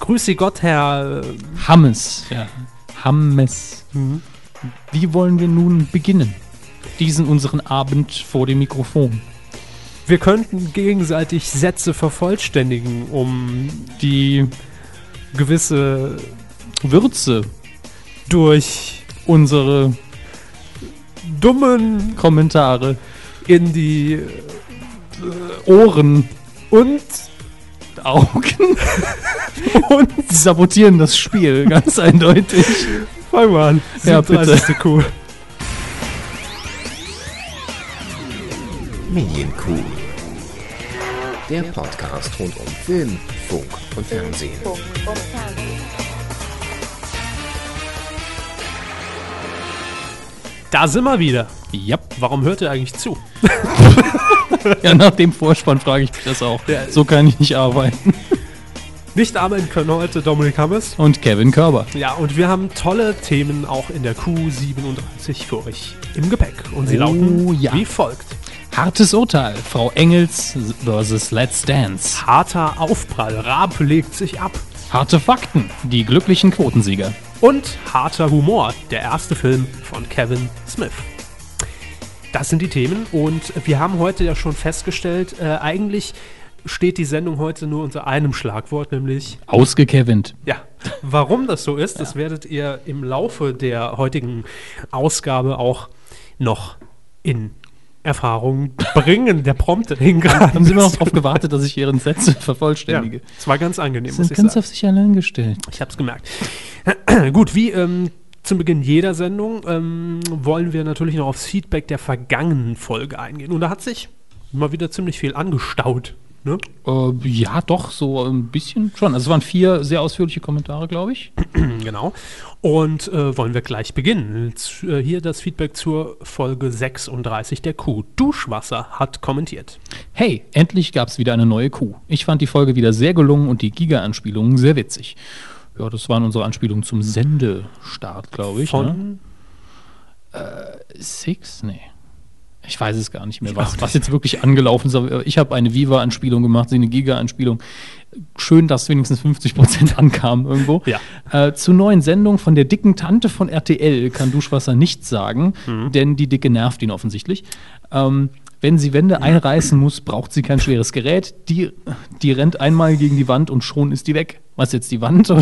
Grüße Gott, Herr. äh, Hammes. Ja. Hammes. Mhm. Wie wollen wir nun beginnen? Diesen unseren Abend vor dem Mikrofon. Wir könnten gegenseitig Sätze vervollständigen, um die gewisse Würze, durch unsere dummen Kommentare, in die Ohren, und Augen und sabotieren das Spiel, ganz eindeutig. fang mal an. Ja, bitte. 37. Kuh. Medienkuh. Der Podcast rund um Film, Funk und Fernsehen. Da sind wir wieder. Ja, Warum hört ihr eigentlich zu? ja, nach dem Vorspann frage ich mich das auch. Ja. So kann ich nicht arbeiten. Nicht arbeiten können heute Dominik Hammes. Und Kevin Körber. Ja, und wir haben tolle Themen auch in der Q37 für euch im Gepäck. Und sie Oh, lauten ja. wie folgt. Hartes Urteil. Frau Engels versus Let's Dance. Harter Aufprall, Raab legt sich ab. Harte Fakten. Die glücklichen Quotensieger. Und harter Humor, der erste Film von Kevin Smith. Das sind die Themen und wir haben heute ja schon festgestellt, äh, eigentlich steht die Sendung heute nur unter einem Schlagwort, nämlich Ausgekevint. Ja, warum das so ist, das werdet ihr im Laufe der heutigen Ausgabe auch noch in Erfahrung bringen. Der Prompt hing gerade. Haben Sie immer noch ein bisschen- darauf gewartet, dass ich Ihren Sätze vervollständige? ja, es war ganz angenehm, Sie muss sind ich ganz sagen. auf sich allein gestellt. Ich hab's gemerkt. Gut, wie ähm, zum Beginn jeder Sendung ähm, wollen wir natürlich noch aufs Feedback der vergangenen Folge eingehen. Und da hat sich mal wieder ziemlich viel angestaut. Ne? Äh, ja, doch, so ein bisschen schon. Also es waren vier sehr ausführliche Kommentare, glaube ich. Genau. Und äh, wollen wir gleich beginnen. Z äh, hier das Feedback zur Folge 36 der Kuh. Duschwasser hat kommentiert. Hey, endlich gab es wieder eine neue Kuh. Ich fand die Folge wieder sehr gelungen und die Giga-Anspielungen sehr witzig. Ja, das waren unsere Anspielungen zum Sendestart, glaube ich. ne? Von Six? Nee. Ich weiß es gar nicht mehr, Ich auch was, nicht. was jetzt wirklich angelaufen ist. aber Ich habe eine Viva-Anspielung gemacht, sie eine Giga-Anspielung. Schön, dass wenigstens 50 Prozent ankamen irgendwo. Ja. Äh, zur neuen Sendung von der dicken Tante von RTL kann Duschwasser nichts sagen, Mhm. denn die Dicke nervt ihn offensichtlich. Ähm, wenn sie Wände einreißen muss, braucht sie kein schweres Gerät. Die, die rennt einmal gegen die Wand und schon ist die weg. Was jetzt die Wand?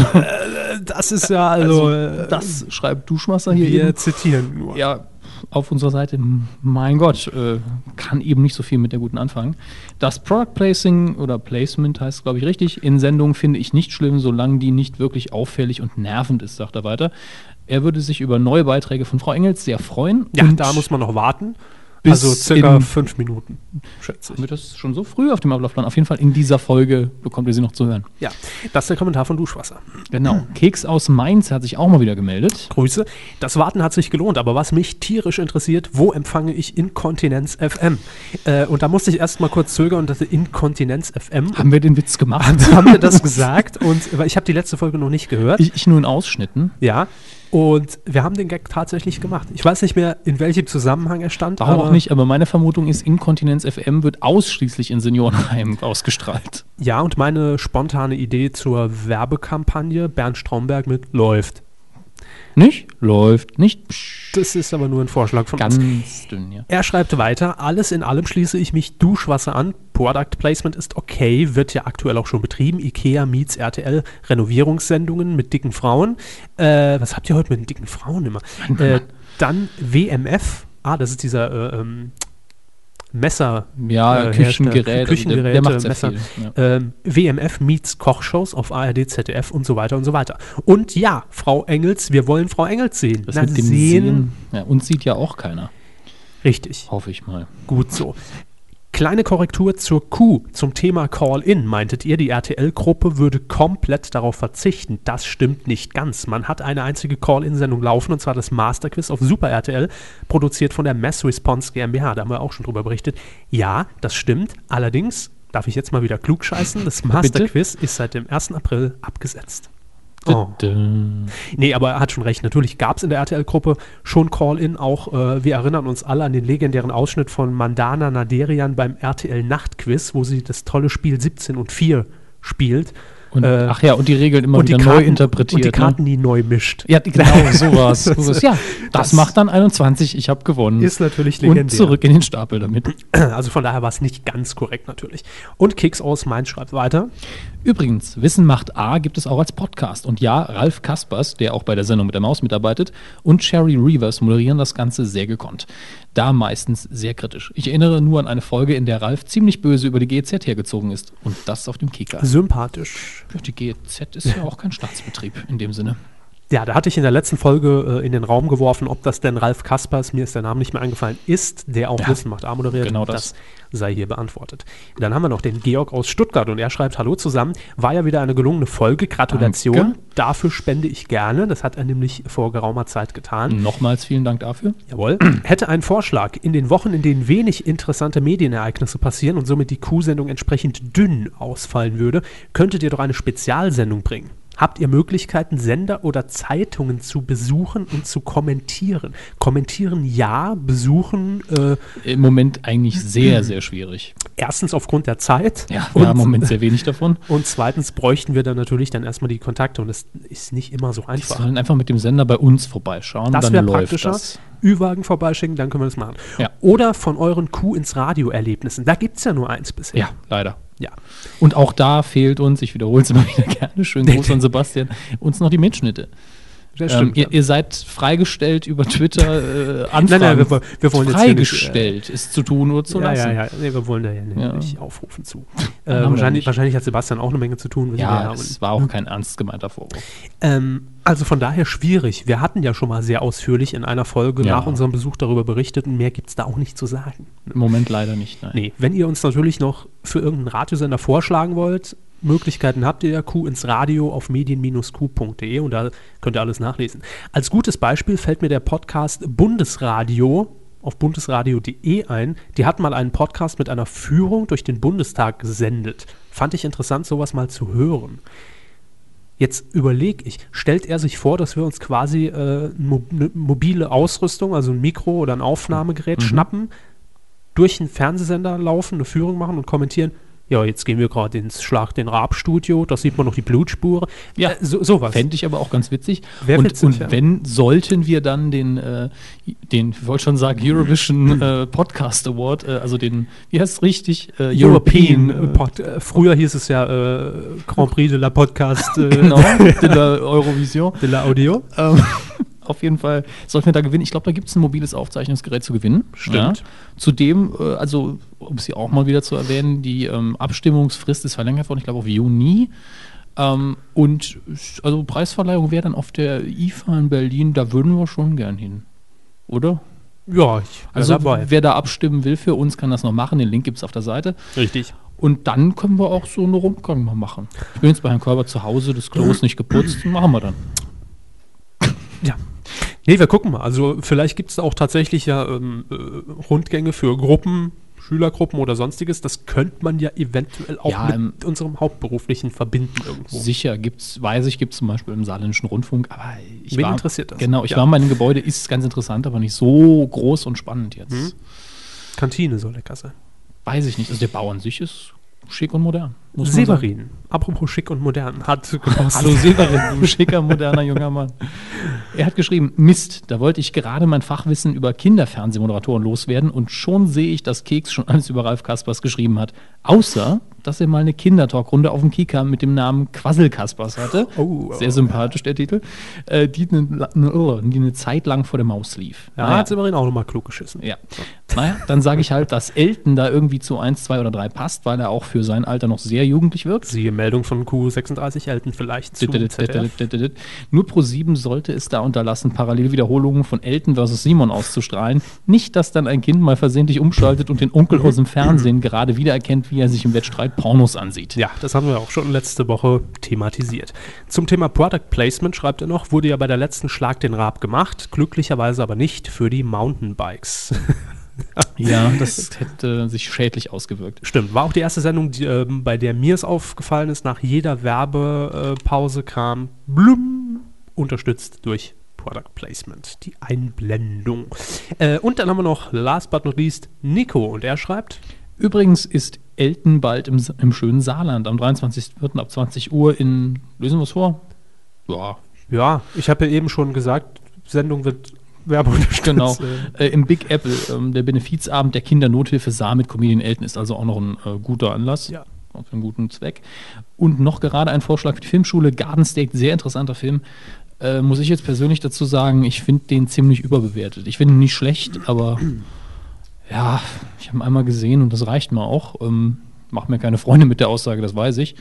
das ist ja also, das schreibt Duschwasser hier. eben. Äh, wir zitieren nur. ja, auf unserer Seite, m- mein Gott, äh, kann eben nicht so viel mit der guten anfangen. Das Product Placing oder Placement heißt, glaube ich, richtig, in Sendungen finde ich nicht schlimm, solange die nicht wirklich auffällig und nervend ist, sagt er weiter. Er würde sich über neue Beiträge von Frau Engels sehr freuen. Ja, und da muss man noch warten. bis Also circa in- fünf Minuten, schätze ich. haben wir das schon so früh auf dem Ablaufplan. Auf jeden Fall in dieser Folge bekommt ihr sie noch zu hören. Ja, das ist der Kommentar von Duschwasser. Genau. Keks aus Mainz hat sich auch mal wieder gemeldet. Grüße. Das Warten hat sich gelohnt, aber was mich tierisch interessiert, wo empfange ich Inkontinenz FM? Äh, und da musste ich erst mal kurz zögern und dachte, Inkontinenz FM. Haben wir den Witz gemacht? haben wir das gesagt und weil ich habe die letzte Folge noch nicht gehört. Ich, ich nur in Ausschnitten. ja. Und wir haben den Gag tatsächlich gemacht. Ich weiß nicht mehr, in welchem Zusammenhang er stand. Warum aber- auch nicht, aber meine Vermutung ist, Inkontinenz FM wird ausschließlich in Seniorenheimen ausgestrahlt. Ja, und meine spontane Idee zur Werbekampagne Bernd Stromberg mit läuft. Nicht? Läuft nicht. Psch, Das ist aber nur ein Vorschlag von uns. ganz dünn, ja. Er schreibt weiter, alles in allem schließe ich mich Duschwasser an. Product Placement ist okay, wird ja aktuell auch schon betrieben. Ikea meets RTL, Renovierungssendungen mit dicken Frauen. Äh, was habt ihr heute mit den dicken Frauen immer? Äh, dann WMF. Ah, das ist dieser äh, ähm, Messer. Ja, äh, Küchengerät. Hersteller, Küchengeräte, der, der macht sehr Messer. viel. Ja. Ähm, WMF meets Kochshows auf ARD, ZDF und so weiter und so weiter. Und ja, Frau Engels, wir wollen Frau Engels sehen. Das mit dem Sehen. Ja, uns sieht ja auch keiner, Richtig. hoffe ich mal. Gut so. Kleine Korrektur zur Q zum Thema Call-In. Meintet ihr, die RTL-Gruppe würde komplett darauf verzichten? Das stimmt nicht ganz. Man hat eine einzige Call-In-Sendung laufen, und zwar das Masterquiz auf Super RTL, produziert von der Mass Response GmbH. Da haben wir auch schon drüber berichtet. Ja, das stimmt. Allerdings darf ich jetzt mal wieder klug scheißen. Das Masterquiz ist seit dem 1. April abgesetzt. Oh. Dö. Nee, aber er hat schon recht. Natürlich gab es in der RTL-Gruppe schon Call-In. Auch äh, wir erinnern uns alle an den legendären Ausschnitt von Mandana Naderian beim RTL-Nachtquiz, wo sie das tolle Spiel 17 und 4 spielt Und, Äh, ach ja, und die Regeln immer und die wieder Karten, neu Und interpretiert. die Karten, ne? die neu mischt. Ja, genau, sowas. Das- sowas. Ja, das, das- macht dann 21, ich habe gewonnen. Ist natürlich legendär. und zurück in den Stapel damit. Also von daher war es nicht ganz korrekt natürlich. Und Keks aus Mainz schreibt weiter. Übrigens, Wissen macht A gibt es auch als Podcast. Und ja, Ralf Kaspers, der auch bei der Sendung mit der Maus mitarbeitet, und Sherry Reavers moderieren das Ganze sehr gekonnt. Da meistens sehr kritisch. Ich erinnere nur an eine Folge, in der Ralf ziemlich böse über die GEZ hergezogen ist. Und das auf dem Kika. Sympathisch. Ja, die GEZ ist ja auch kein Staatsbetrieb in dem Sinne. Ja, da hatte ich in der letzten Folge äh, in den Raum geworfen, ob das denn Ralf Kaspers, mir ist der Name nicht mehr eingefallen, ist, der auch Ja, Wissen macht A moderiert. genau das. Das sei hier beantwortet. Dann haben wir noch den Georg aus Stuttgart und er schreibt, hallo zusammen, war ja wieder eine gelungene Folge, Gratulation. Danke. Dafür spende ich gerne, das hat er nämlich vor geraumer Zeit getan. Nochmals vielen Dank dafür. Jawohl. Hätte einen Vorschlag. In den Wochen, in denen wenig interessante Medienereignisse passieren und somit die Q-Sendung entsprechend dünn ausfallen würde, könntet ihr doch eine Spezialsendung bringen. Habt ihr Möglichkeiten, Sender oder Zeitungen zu besuchen und zu kommentieren? Kommentieren ja, besuchen äh, Im Moment eigentlich sehr, sehr schwierig. erstens aufgrund der Zeit Ja, wir und, haben im Moment sehr wenig davon. und zweitens bräuchten wir dann natürlich dann erstmal die Kontakte und das ist nicht immer so Die einfach. sollen einfach mit dem Sender bei uns vorbeischauen. Das wäre dann läuft praktischer. das. Ü-Wagen vorbeischicken, dann können wir das machen. Ja. Oder von euren Kuh ins Radio-Erlebnissen. Da gibt es ja nur eins bisher. Ja, leider. Ja. Und auch da fehlt uns, ich wiederhole es immer wieder gerne, schönen Gruß an Sebastian, uns noch die Mitschnitte. Das Ähm, stimmt. ihr, ihr seid freigestellt über Twitter äh, Anfragen. Nein, nein, wir wollen- wir wollen jetzt hier nicht, äh, freigestellt, ist zu tun oder zu ja, lassen. ja, ja. Nee, wir wollen da ja nicht, Ja. nicht aufrufen zu. Äh, wir wahrscheinlich, nicht. wahrscheinlich hat Sebastian auch eine Menge zu tun. wissen wir Ja, aber- es war auch kein ernst gemeinter Vorwurf. Ähm, also von daher schwierig. Wir hatten ja schon mal sehr ausführlich in einer Folge Ja. nach unserem Besuch darüber berichtet und mehr gibt es da auch nicht zu sagen. Im Moment leider nicht. Nein. Nee, wenn ihr uns natürlich noch für irgendeinen Radiosender vorschlagen wollt, Möglichkeiten habt ihr ja, Q ins Radio auf medien-q.de und da könnt ihr alles nachlesen. Als gutes Beispiel fällt mir der Podcast Bundesradio auf bundesradio.de ein. Die hat mal einen Podcast mit einer Führung durch den Bundestag gesendet. Fand ich interessant, sowas mal zu hören. Jetzt überlege ich, stellt er sich vor, dass wir uns quasi äh, mo ne mobile Ausrüstung, also ein Mikro oder ein Mhm. Aufnahmegerät schnappen, durch einen Fernsehsender laufen, eine Führung machen und kommentieren, ja, jetzt gehen wir gerade ins Schlag den Raab-Studio, da sieht man noch die Blutspur. Ja. äh, so, sowas. Fände ich aber auch ganz witzig. Wär und witzig, und ja. wenn, sollten wir dann den, äh, den ich wollte schon sagen, Eurovision äh, Podcast Award, äh, also den, wie heißt es richtig? Äh, European, äh, Pod, äh, früher hieß es ja äh, Grand Prix de la Podcast äh, genau, de la Eurovision. de la Audio. Ähm, auf jeden Fall sollten wir da gewinnen. Ich glaube, da gibt es ein mobiles Aufzeichnungsgerät zu gewinnen. Stimmt. Ja. Zudem, äh, also um es hier auch mal wieder zu erwähnen, die ähm, Abstimmungsfrist ist verlängert worden, ich glaube auf Juni. Ähm, und äh, also Preisverleihung wäre dann auf der IFA in Berlin, da würden wir schon gern hin. Oder? Ja, ich war Also dabei. wer da abstimmen will für uns, kann das noch machen. Den Link gibt es auf der Seite. Richtig. Und dann können wir auch so eine Rundgang mal machen. Ich bin jetzt bei Herrn Körber zu Hause, das Klo ist nicht geputzt, machen wir dann. Ja. Nee, wir gucken mal. Also vielleicht gibt es auch tatsächlich ja ähm, äh, Rundgänge für Gruppen, Schülergruppen oder sonstiges. Das könnte man ja eventuell auch Ja, mit ähm, unserem Hauptberuflichen verbinden irgendwo. Sicher gibt's, weiß ich, gibt's zum Beispiel im saarländischen Rundfunk, aber ich Wen war, interessiert das? Genau, ich Ja. war mal in einem Gebäude, ist ganz interessant, aber nicht so groß und spannend jetzt. Hm. Kantine soll lecker sein. Weiß ich nicht. Also der Bau an sich ist schick und modern. muss man Severin, apropos schick und modern, hat sagen. Hallo Severin, du schicker, moderner junger Mann. Er hat geschrieben, Mist, da wollte ich gerade mein Fachwissen über Kinderfernsehmoderatoren loswerden und schon sehe ich, dass Keks schon alles über Ralf Kaspers geschrieben hat. Außer, dass er mal eine Kindertalkrunde auf dem Kika mit dem Namen Quassel Kaspers hatte. Oh, Sehr sympathisch, der Titel. Äh, die, eine, oh, die eine Zeit lang vor der Maus lief. Ja, Naja. hat Severin auch nochmal klug geschissen. Ja. Naja, dann sage ich halt, dass Elton da irgendwie zu 1, 2 oder 3 passt, weil er auch für sein Alter noch sehr jugendlich wirkt. Siehe Meldung von Q36 Elten vielleicht zu ZDF. Nur Pro7 sollte es da unterlassen, parallel Wiederholungen von Elton versus Simon auszustrahlen. Nicht, dass dann ein Kind mal versehentlich umschaltet und den Onkel aus dem Fernsehen gerade wiedererkennt, wie er sich im Wettstreit Pornos ansieht. Ja, das haben wir auch schon letzte Woche thematisiert. Zum Thema Product Placement schreibt er noch, wurde ja bei der letzten Schlag den Raab gemacht, glücklicherweise aber nicht für die Mountainbikes. Ja, das hätte sich schädlich ausgewirkt. Stimmt, war auch die erste Sendung, die, ähm, bei der mir es aufgefallen ist, nach jeder Werbepause kam Blum, unterstützt durch Product Placement, die Einblendung. Äh, und dann haben wir noch, last but not least, Nico und er schreibt, Übrigens ist Elten bald im, Sa- im schönen Saarland am 23.04. ab 20 Uhr in. Lösen wir es vor? Ja, Ja, ich habe ja eben schon gesagt, Sendung wird Werbung unterstützt. Genau. Äh, Äh, Im Big Apple, ähm, der Benefizabend der Kindernothilfe Saar mit Comedian Elton ist also auch noch ein äh, guter Anlass. Ja. Auch Für einen guten Zweck. Und noch gerade ein Vorschlag für die Filmschule, Garden State, sehr interessanter Film. Äh, muss ich jetzt persönlich dazu sagen, ich finde den ziemlich überbewertet. Ich finde ihn nicht schlecht, aber ja, ich habe ihn einmal gesehen und das reicht mir auch. Ähm, mach mir keine Freunde mit der Aussage, das weiß ich.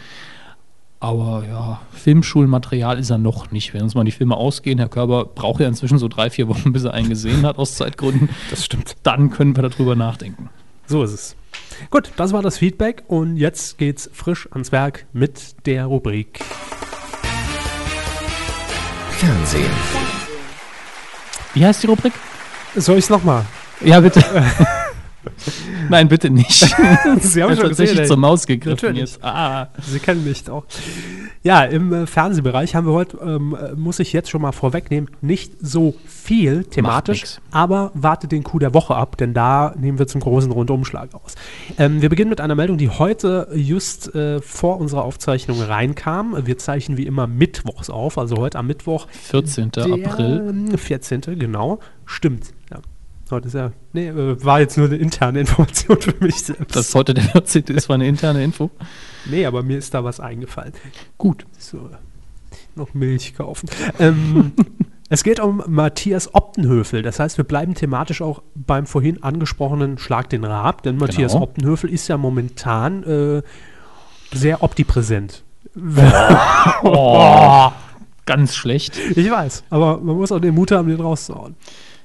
Aber ja, Filmschulmaterial ist er noch nicht. Wenn uns mal die Filme ausgehen, Herr Körber braucht ja inzwischen so drei, vier Wochen, bis er einen gesehen hat, aus Zeitgründen. Das stimmt. Dann können wir darüber nachdenken. So ist es. Gut, das war das Feedback und jetzt geht's frisch ans Werk mit der Rubrik. Fernsehen. Wie heißt die Rubrik? Soll ich's nochmal? Ja, bitte. Nein, bitte nicht. Sie Er haben hat schon tatsächlich gesehen, ey. zur Maus gegriffen Natürlich. jetzt. Ah. Sie kennen mich auch. Ja, im äh, Fernsehbereich haben wir heute, ähm, äh, muss ich jetzt schon mal vorwegnehmen, nicht so viel thematisch, nix. aber wartet den Coup der Woche ab, denn da nehmen wir zum großen Rundumschlag aus. Ähm, wir beginnen mit einer Meldung, die heute just äh, vor unserer Aufzeichnung reinkam. Wir zeichnen wie immer mittwochs auf, also heute am Mittwoch, 14. April. ähm, 14. genau. Stimmt. Ja. Heute ist ja. Nee, äh, war jetzt nur eine interne Information für mich selbst. Dass heute der 14. ist, war eine interne Info. nee, aber mir ist da was eingefallen. Gut. So, noch Milch kaufen. ähm, es geht um Matthias Optenhöfel. Das heißt, wir bleiben thematisch auch beim vorhin angesprochenen Schlag den Raab, denn Matthias Genau. Optenhöfel ist ja momentan äh, sehr optipräsent. Oh, ganz schlecht. Ich weiß, aber man muss auch den Mut haben, den rauszuhauen.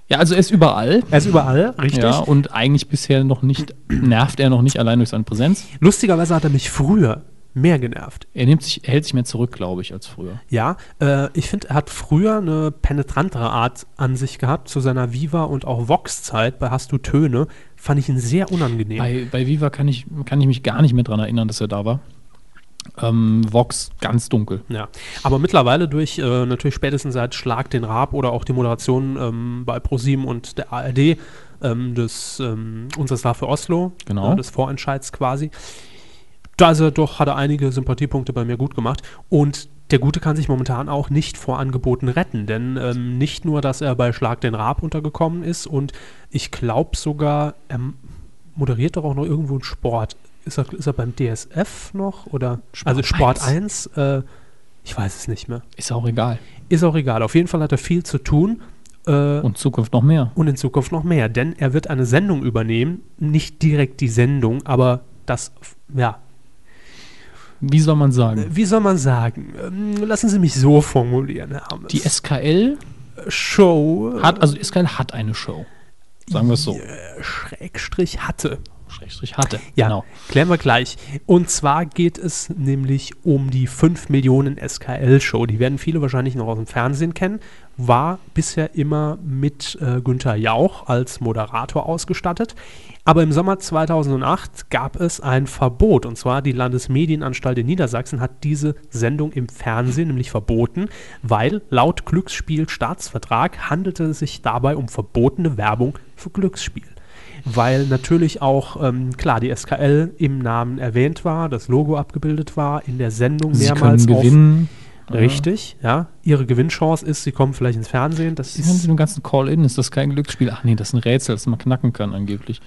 Ja, also er ist überall. Er ist überall, richtig. Ja, und eigentlich bisher noch nicht, nervt er noch nicht allein durch seine Präsenz. Lustigerweise hat er mich früher mehr genervt. Er, nimmt sich, er hält sich mehr zurück, glaube ich, als früher. Ja, äh, ich finde, er hat früher eine penetrantere Art an sich gehabt, zu seiner Viva- und auch Vox-Zeit bei Hast du Töne, fand ich ihn sehr unangenehm. Bei, bei Viva kann ich, kann ich mich gar nicht mehr dran erinnern, dass er da war. Ähm, Vox ganz dunkel. Ja, aber mittlerweile durch äh, natürlich spätestens seit Schlag den Raab oder auch die Moderation ähm, bei ProSieben und der ARD ähm, des ähm, Unser Star für Oslo, Genau. äh, des Vorentscheids quasi. Da ist er doch, hat er einige Sympathiepunkte bei mir gut gemacht und der Gute kann sich momentan auch nicht vor Angeboten retten, denn ähm, nicht nur, dass er bei Schlag den Raab untergekommen ist und ich glaube sogar, er moderiert doch auch noch irgendwo einen Sport. Ist er, ist er beim DSF noch oder Sport also Sport 1. 1? Äh, ich weiß es nicht mehr. Ist auch egal. Ist auch egal. Auf jeden Fall hat er viel zu tun äh, Und Zukunft noch mehr. und in Zukunft noch mehr, denn er wird eine Sendung übernehmen. Nicht direkt die Sendung, aber das, ja, Wie soll man Äh, sagen? wie soll man sagen? Ähm, Lassen Sie mich so formulieren, Herr Hammes. Die SKL Show äh, hat, also die SKL hat eine Show. Sagen wir es so. Schrägstrich hatte. Schrägstrich hatte. Genau. Ja, Genau. klären wir gleich. Und zwar geht es nämlich um die 5 Millionen SKL-Show. Die werden viele wahrscheinlich noch aus dem Fernsehen kennen. War bisher immer mit äh, Günther Jauch als Moderator ausgestattet. Aber im Sommer 2008 gab es ein Verbot. Und zwar die Landesmedienanstalt in Niedersachsen hat diese Sendung im Fernsehen nämlich verboten, weil laut Glücksspielstaatsvertrag handelte es sich dabei um verbotene Werbung für Glücksspiel weil natürlich auch ähm, klar die SKL im Namen erwähnt war, das Logo abgebildet war, in der Sendung Sie mehrmals können gewinnen. auf richtig, ja. Ihre Gewinnchance ist, sie kommen vielleicht ins Fernsehen, das Sie sind ist mit dem ganzen Call-In, ist das kein Glücksspiel? Ach nee, das ist ein Rätsel, das man knacken kann angeblich.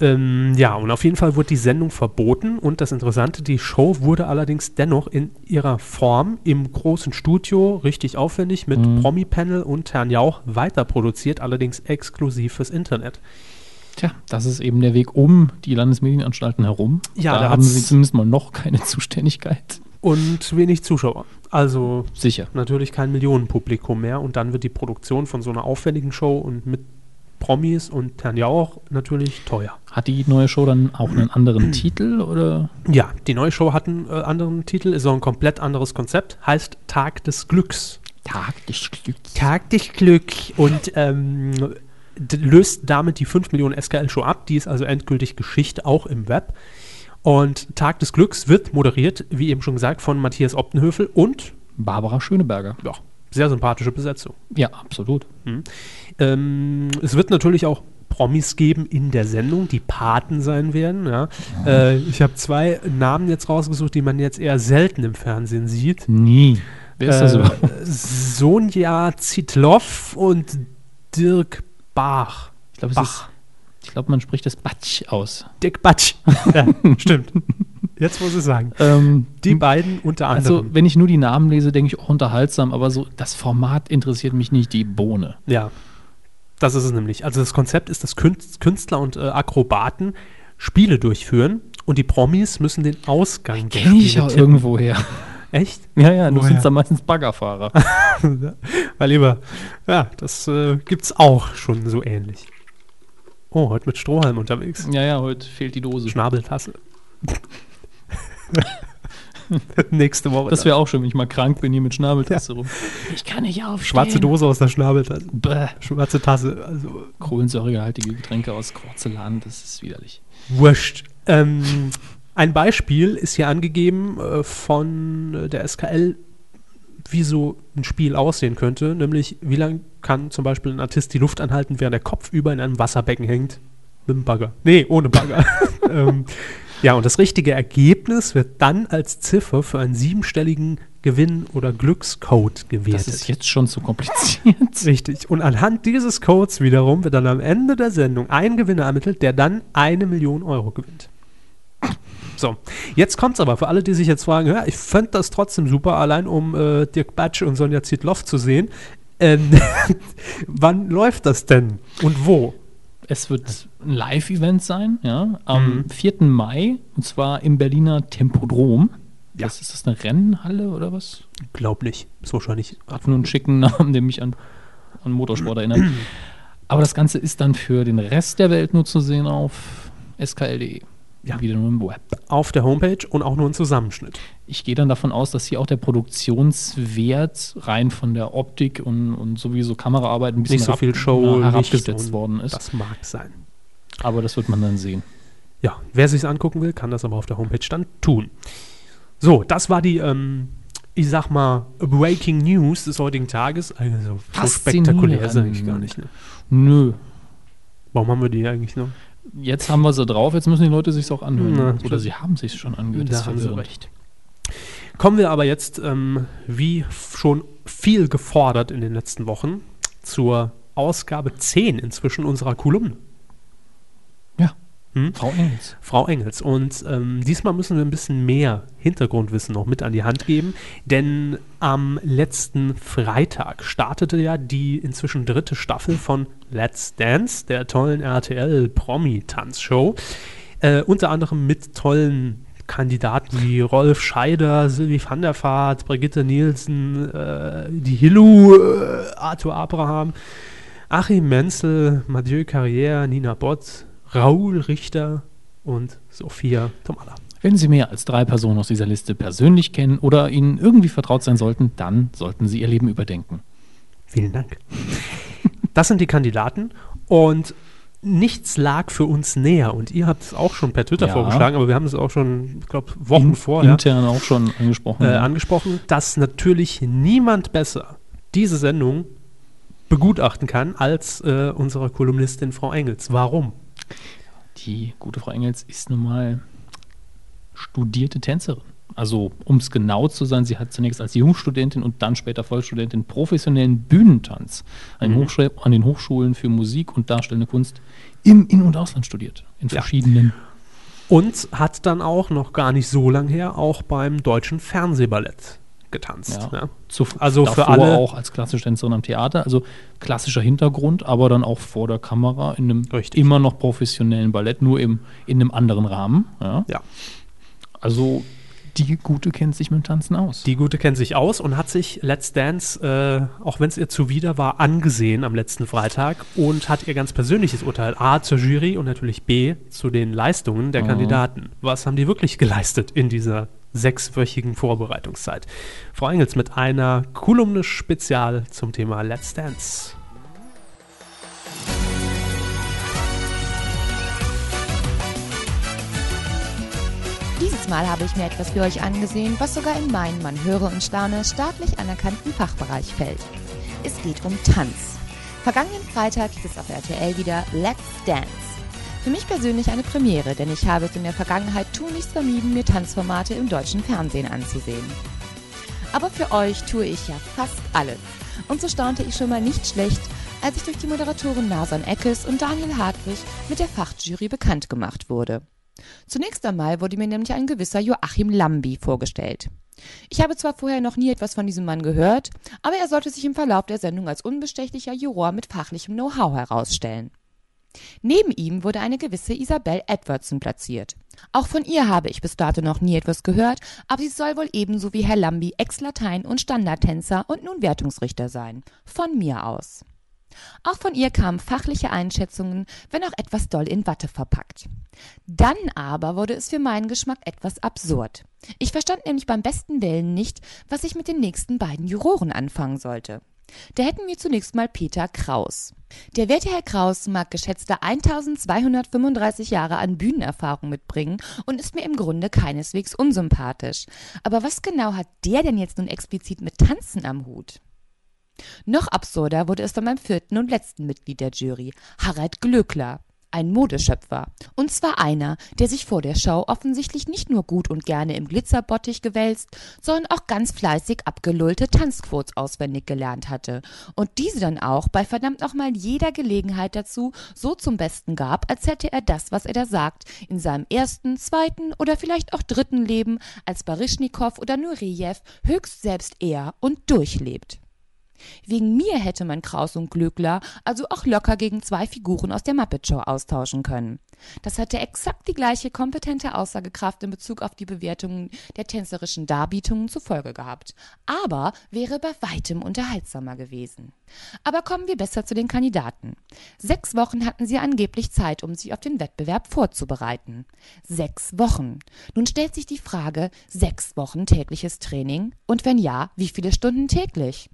ähm, ja, und auf jeden Fall wurde die Sendung verboten und das Interessante, die Show wurde allerdings dennoch in ihrer Form im großen Studio richtig aufwendig mit Mhm. Promi-Panel und Herrn Jauch weiter produziert, allerdings exklusiv fürs Internet. Tja, das ist eben der Weg um die Landesmedienanstalten herum. Ja, da da haben hat's- sie zumindest mal noch keine Zuständigkeit. Und wenig Zuschauer. Also Sicher. natürlich kein Millionenpublikum mehr und dann wird die Produktion von so einer aufwendigen Show und mit Promis und Herrn Jauch natürlich teuer. Hat die neue Show dann auch einen anderen Titel oder? Ja, die neue Show hat einen äh, anderen Titel, ist auch ein komplett anderes Konzept, heißt Tag des Glücks. Tag des Glücks. Tag des Glücks und ähm, d- löst damit die 5 Millionen SKL-Show ab, die ist also endgültig Geschichte, auch im Web. Und Tag des Glücks wird moderiert, wie eben schon gesagt, von Matthias Optenhöfel und, Barbara Schöneberger. ja, sehr sympathische Besetzung. Ja, absolut. Ähm, Hm. es wird natürlich auch Promis geben in der Sendung, die Paten sein werden. Ja. Äh, ich habe zwei Namen jetzt rausgesucht, die man jetzt eher selten im Fernsehen sieht. Nie. Wer ist das Äh, überhaupt? Sonja Zitloff und Dirk Bach. Ich glaube, es ist- Bach. ich glaube, man spricht das Batsch aus. Dirk Batsch. ja, stimmt. Jetzt muss ich sagen. Ähm, Die beiden unter anderem. also, wenn ich nur die Namen lese, denke ich auch unterhaltsam, aber so das Format interessiert mich nicht, die Bohne. Ja, das ist es nämlich. Also das Konzept ist, dass Kün- Künstler und äh, Akrobaten Spiele durchführen und die Promis müssen den Ausgang der Kenne ich Spiele ja tippen. irgendwo her. Echt? Ja, ja, du Woher? sind da meistens Baggerfahrer. Weil lieber, ja, das äh, gibt's auch schon so ähnlich. Oh, heute mit Strohhalm unterwegs. ja, ja, heute fehlt die Dose. Schnabeltasse. Nächste Woche. Das dann. wäre auch schön, wenn ich mal krank bin hier mit Schnabeltasse rum. Ich kann nicht aufstehen. Schwarze Dose aus der Schnabeltasse. Bäh. Schwarze Tasse. Also, Kohlensäuregehaltige Getränke aus Porzellan, das ist widerlich. Wurscht. Ähm, ein Beispiel ist hier angegeben äh, von äh, der SKL, wie so ein Spiel aussehen könnte, nämlich wie lange kann zum Beispiel ein Artist die Luft anhalten, während der Kopf über in einem Wasserbecken hängt? Mit dem Bagger. Nee, ohne Bagger. ähm, ja, und das richtige Ergebnis wird dann als Ziffer für einen siebenstelligen Gewinn oder Glückscode gewertet. Das ist jetzt schon zu kompliziert. Richtig. Und anhand dieses Codes wiederum wird dann am Ende der Sendung ein Gewinner ermittelt, der dann eine Million Euro gewinnt. So, jetzt kommt's aber für alle, die sich jetzt fragen, ja, ich fand das trotzdem super, allein um äh, Dirk Batsch und Sonja Zietloff zu sehen. Ähm, wann läuft das denn und wo? Es wird ein Live-Event sein, ja, am 4. Mai, und zwar im Berliner Tempodrom. Ja. Das, ist das eine Rennhalle oder was? Glaub nicht. Ist wahrscheinlich. Hat nur einen schicken Namen, der mich an, an Motorsport erinnert. Aber das Ganze ist dann für den Rest der Welt nur zu sehen auf skl.de. Ja. E. Wieder nur im Web. Auf der Homepage und auch nur ein Zusammenschnitt. Ich gehe dann davon aus, dass hier auch der Produktionswert rein von der Optik und, und sowieso Kameraarbeit ein bisschen Nicht so herab- viel Show, na, Licht herabgesetzt und worden ist. Das mag sein. Aber das wird man dann sehen. Ja, wer sich's angucken will, kann das aber auf der Homepage dann tun. So, das war die, ähm, ich sag mal, Breaking News des heutigen Tages. Also, so Faszinierend. spektakulär ist eigentlich gar nicht. Ne? Nö. Warum haben wir die eigentlich noch? Jetzt haben wir sie drauf, jetzt müssen die Leute sich auch anhören. Na, Oder sie haben sich schon angehört. Da ist haben sie verwirrend. recht. Kommen wir aber jetzt, ähm, wie f- schon viel gefordert in den letzten Wochen, zur Ausgabe 10 inzwischen unserer Kolumne. Ja. Hm? Frau Engels. Frau Engels. Und ähm, diesmal müssen wir ein bisschen mehr Hintergrundwissen noch mit an die Hand geben, denn am letzten Freitag startete ja die inzwischen dritte Staffel von Let's Dance, der tollen RTL-Promi-Tanzshow. Äh, unter anderem mit tollen Kandidaten wie Rolf Scheider, Sylvie van der Vaart, Brigitte Nielsen, äh, die Hillu, äh, Arthur Abraham. Achim Menzel, Mathieu Carrière, Nina Bott, Raoul Richter und Sophia Tomala. Wenn Sie mehr als drei Personen aus dieser Liste persönlich kennen oder Ihnen irgendwie vertraut sein sollten, dann sollten Sie Ihr Leben überdenken. Vielen Dank. Das sind die Kandidaten und nichts lag für uns näher. Und ihr habt es auch schon per Twitter Ja. vorgeschlagen, aber wir haben es auch schon, ich glaube, Wochen vorher Intern auch schon angesprochen. äh, angesprochen, dass natürlich niemand besser diese Sendung begutachten kann als äh, unsere Kolumnistin Frau Engels. Warum? Die gute Frau Engels ist nun mal studierte Tänzerin. Also, um es genau zu sein, sie hat zunächst als Jungstudentin und dann später Vollstudentin professionellen Bühnentanz an, den Hochschul- an den Hochschulen für Musik und Darstellende Kunst im In- und Ausland studiert. In Ja. verschiedenen. Und hat dann auch noch gar nicht so lang her auch beim deutschen Fernsehballett getanzt. Ja. Ja. Zu, Also für alle- auch als klassische Tänzerin am Theater. Also klassischer Hintergrund, aber dann auch vor der Kamera in einem Richtig. immer noch professionellen Ballett, nur im, in einem anderen Rahmen. Ja. Ja. Also, die Gute kennt sich mit dem Tanzen aus. Die Gute kennt sich aus und hat sich Let's Dance, äh, auch wenn es ihr zuwider war, angesehen am letzten Freitag und hat ihr ganz persönliches Urteil A zur Jury und natürlich B zu den Leistungen Mhm. der Kandidaten. Was haben die wirklich geleistet in dieser sechswöchigen Vorbereitungszeit? Frau Engels mit einer Kolumne Spezial zum Thema Let's Dance. Dieses Mal habe ich mir etwas für euch angesehen, was sogar in meinen Man höre und staune staatlich anerkannten Fachbereich fällt. Es geht um Tanz. Vergangenen Freitag hieß es auf RTL wieder Let's Dance. Für mich persönlich eine Premiere, denn ich habe es in der Vergangenheit tunlichst vermieden, mir Tanzformate im deutschen Fernsehen anzusehen. Aber für euch tue ich ja fast alles. Und so staunte ich schon mal nicht schlecht, als ich durch die Moderatoren Nason Eckes und Daniel Hartwig mit der Fachjury bekannt gemacht wurde. Zunächst einmal wurde mir nämlich ein gewisser Joachim Lambi vorgestellt. Ich habe zwar vorher noch nie etwas von diesem Mann gehört, aber er sollte sich im Verlauf der Sendung als unbestechlicher Juror mit fachlichem Know-how herausstellen. Neben ihm wurde eine gewisse Isabel Edwardson platziert. Auch von ihr habe ich bis dato noch nie etwas gehört, aber sie soll wohl ebenso wie Herr Lambi Ex-Latein- und Standardtänzer und nun Wertungsrichter sein. Von mir aus. Auch von ihr kamen fachliche Einschätzungen, wenn auch etwas doll in Watte verpackt. Dann aber wurde es für meinen Geschmack etwas absurd. Ich verstand nämlich beim besten Willen nicht, was ich mit den nächsten beiden Juroren anfangen sollte. Da hätten wir zunächst mal Peter Kraus. Der werte Herr Kraus mag geschätzte 1235 Jahre an Bühnenerfahrung mitbringen und ist mir im Grunde keineswegs unsympathisch. Aber was genau hat der denn jetzt nun explizit mit Tanzen am Hut? Noch absurder wurde es dann beim vierten und letzten Mitglied der Jury, Harald Glöckler, ein Modeschöpfer. Und zwar einer, der sich vor der Show offensichtlich nicht nur gut und gerne im Glitzerbottich gewälzt, sondern auch ganz fleißig abgelullte Tanzquotes auswendig gelernt hatte und diese dann auch bei verdammt nochmal jeder Gelegenheit dazu so zum Besten gab, als hätte er das, was er da sagt, in seinem ersten, zweiten oder vielleicht auch dritten Leben als Baryschnikow oder Nureyev höchst selbst er und durchlebt. Wegen mir hätte man Kraus und Glöckler also auch locker gegen zwei Figuren aus der Muppet Show austauschen können. Das hatte exakt die gleiche kompetente Aussagekraft in Bezug auf die Bewertungen der tänzerischen Darbietungen zur Folge gehabt, aber wäre bei weitem unterhaltsamer gewesen. Aber kommen wir besser zu den Kandidaten. Sechs Wochen hatten sie angeblich Zeit, um sich auf den Wettbewerb vorzubereiten. Sechs Wochen. Nun stellt sich die Frage, sechs Wochen tägliches Training? Und wenn ja, wie viele Stunden täglich?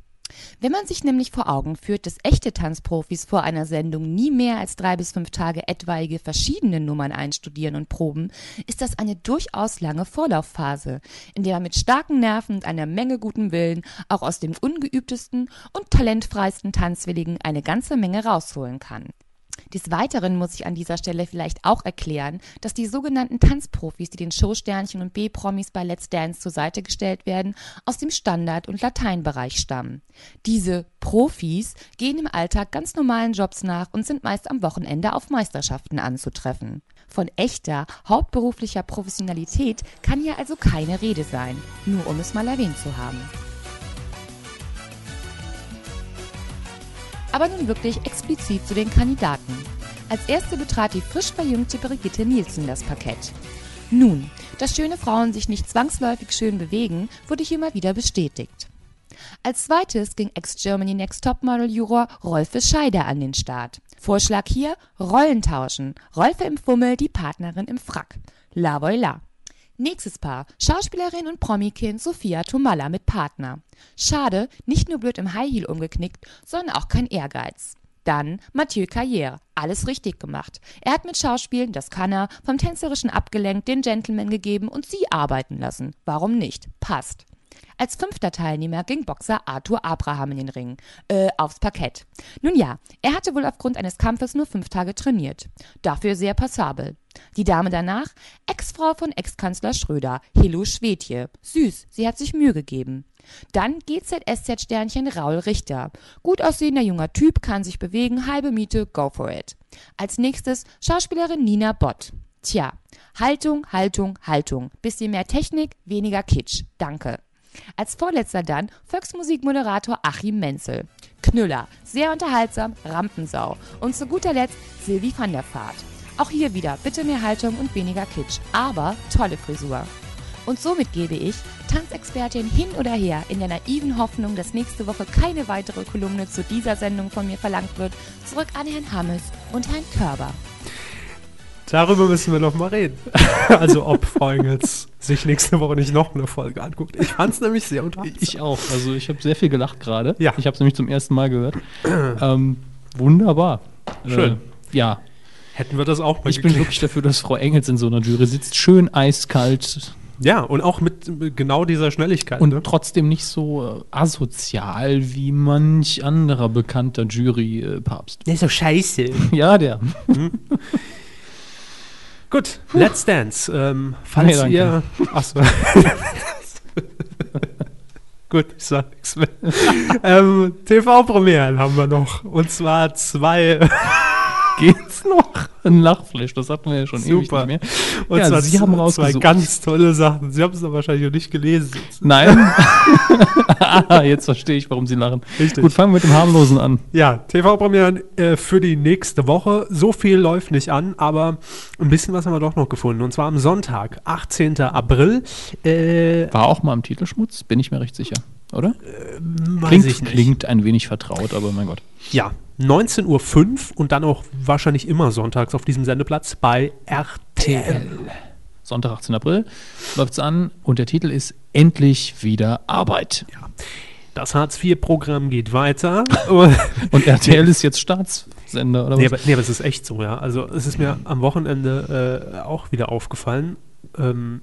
Wenn man sich nämlich vor Augen führt, dass echte Tanzprofis vor einer Sendung nie mehr als drei bis fünf Tage etwaige verschiedene Nummern einstudieren und proben, ist das eine durchaus lange Vorlaufphase, in der man mit starken Nerven und einer Menge guten Willen auch aus dem ungeübtesten und talentfreisten Tanzwilligen eine ganze Menge rausholen kann. Des Weiteren muss ich an dieser Stelle vielleicht auch erklären, dass die sogenannten Tanzprofis, die den Showsternchen und B-Promis bei Let's Dance zur Seite gestellt werden, aus dem Standard- und Lateinbereich stammen. Diese Profis gehen im Alltag ganz normalen Jobs nach und sind meist am Wochenende auf Meisterschaften anzutreffen. Von echter, hauptberuflicher Professionalität kann hier also keine Rede sein, nur um es mal erwähnt zu haben. Aber nun wirklich explizit zu den Kandidaten. Als erste betrat die frisch verjüngte Brigitte Nielsen das Parkett. Nun, dass schöne Frauen sich nicht zwangsläufig schön bewegen, wurde hier mal wieder bestätigt. Als zweites ging Ex-Germany Next Topmodel-Juror Rolfe Scheider an den Start. Vorschlag hier: Rollen tauschen. Rolfe im Fummel, die Partnerin im Frack. La voilà. Nächstes Paar. Schauspielerin und Promikind Sophia Tomalla mit Partner. Schade, nicht nur blöd im High Heel umgeknickt, sondern auch kein Ehrgeiz. Dann Mathieu Carrière. Alles richtig gemacht. Er hat mit Schauspielen, das kann er, vom Tänzerischen abgelenkt, den Gentleman gegeben und sie arbeiten lassen. Warum nicht? Passt. Als fünfter Teilnehmer ging Boxer Arthur Abraham in den Ring. Äh, aufs Parkett. Nun ja, er hatte wohl aufgrund eines Kampfes nur fünf Tage trainiert. Dafür sehr passabel. Die Dame danach, Ex-Frau von Ex-Kanzler Schröder, Helo Schwedje. Süß, sie hat sich Mühe gegeben. Dann GZSZ-Sternchen Raul Richter. Gut aussehender junger Typ, kann sich bewegen, halbe Miete, go for it. Als nächstes Schauspielerin Nina Bott. Tja, Haltung, Haltung, Haltung. Bisschen mehr Technik, weniger Kitsch. Danke. Als vorletzter dann Volksmusikmoderator Achim Menzel. Knüller, sehr unterhaltsam, Rampensau. Und zu guter Letzt Silvi van der Vaart. Auch hier wieder bitte mehr Haltung und weniger Kitsch, aber tolle Frisur. Und somit gebe ich, Tanzexpertin hin oder her, in der naiven Hoffnung, dass nächste Woche keine weitere Kolumne zu dieser Sendung von mir verlangt wird, zurück an Herrn Hammes und Herrn Körber. Darüber müssen wir noch mal reden. also ob Feungels sich nächste Woche nicht noch eine Folge anguckt. Ich fand es nämlich sehr unterhaltsam. Ich auch. Also ich habe sehr viel gelacht gerade. Ja. Ich habe es nämlich zum ersten Mal gehört. ähm, wunderbar. Schön. Äh, ja. Hätten wir das auch mal Ich bin geklärt. wirklich dafür, dass Frau Engels in so einer Jury sitzt. Schön eiskalt Ja, und auch mit äh, genau dieser Schnelligkeit. Und ne? trotzdem nicht so äh, asozial wie manch anderer bekannter Jury-Papst. Hm? Der ist so scheiße. Ja, der. Gut, Let's Dance. Ähm, falls Nee, ihr. danke. Achso. Gut, ich sag nichts mehr. ähm, TV-Premieren haben wir noch. Und zwar zwei. Geht's noch? Ein Lachfleisch, das hatten wir ja schon Super. ewig nicht mehr. Und Ja, zwar Sie haben zwei rausgesucht. ganz tolle Sachen. Sie haben es doch wahrscheinlich noch nicht gelesen. Nein. ah, jetzt verstehe ich, warum Sie lachen. Richtig. Gut, fangen wir mit dem Harmlosen an. Ja, TV-Premieren äh, für die nächste Woche. So viel läuft nicht an, aber ein bisschen was haben wir doch noch gefunden. Und zwar am Sonntag, 18. April. Äh, War auch mal im Titelschmutz, bin ich mir recht sicher, oder? weiß Klingt, ich nicht. klingt ein wenig vertraut, aber mein Gott. Ja, 19.05 Uhr und dann auch wahrscheinlich immer sonntags auf diesem Sendeplatz bei RTL. Sonntag, 18. April, läuft's an und der Titel ist Endlich wieder Arbeit. Das Hartz-IV-Programm geht weiter. Und- Und RTL ist jetzt Staatssender, oder was? nee, aber, nee, aber es ist echt so, ja. Also es ist mir am Wochenende äh, auch wieder aufgefallen. Ähm,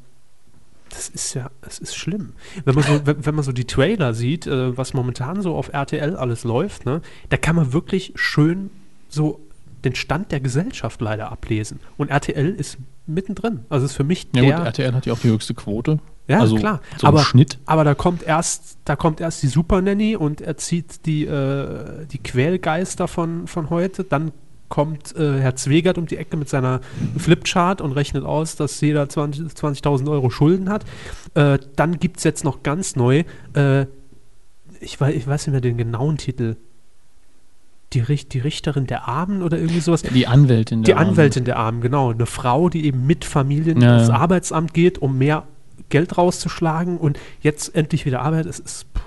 das ist ja, es ist schlimm. Wenn man so, wenn, wenn man so die Trailer sieht, äh, was momentan so auf RTL alles läuft, ne, da kann man wirklich schön so den Stand der Gesellschaft leider ablesen. Und RTL ist mittendrin. Also es ist für mich ja, der gut, RTL hat ja auch die höchste Quote. Ja, also klar. So aber, im Schnitt. aber da kommt erst, da kommt erst die Super Nanny und er zieht die, äh, die Quälgeister von, von heute. Dann kommt äh, Herr Zwegert um die Ecke mit seiner Flipchart und rechnet aus, dass jeder 20 20.000 Euro Schulden hat. Äh, dann gibt es jetzt noch ganz neu, äh, ich, weiß, ich weiß nicht mehr den genauen Titel. Die, Richt- die Richterin der Armen oder irgendwie sowas. Die Anwältin. Die der Armen. Anwältin der Armen, genau. Eine Frau, die eben mit Familien Ja, ins ja. Arbeitsamt geht, um mehr Geld rauszuschlagen und jetzt endlich wieder Arbeit. Es ist. puh,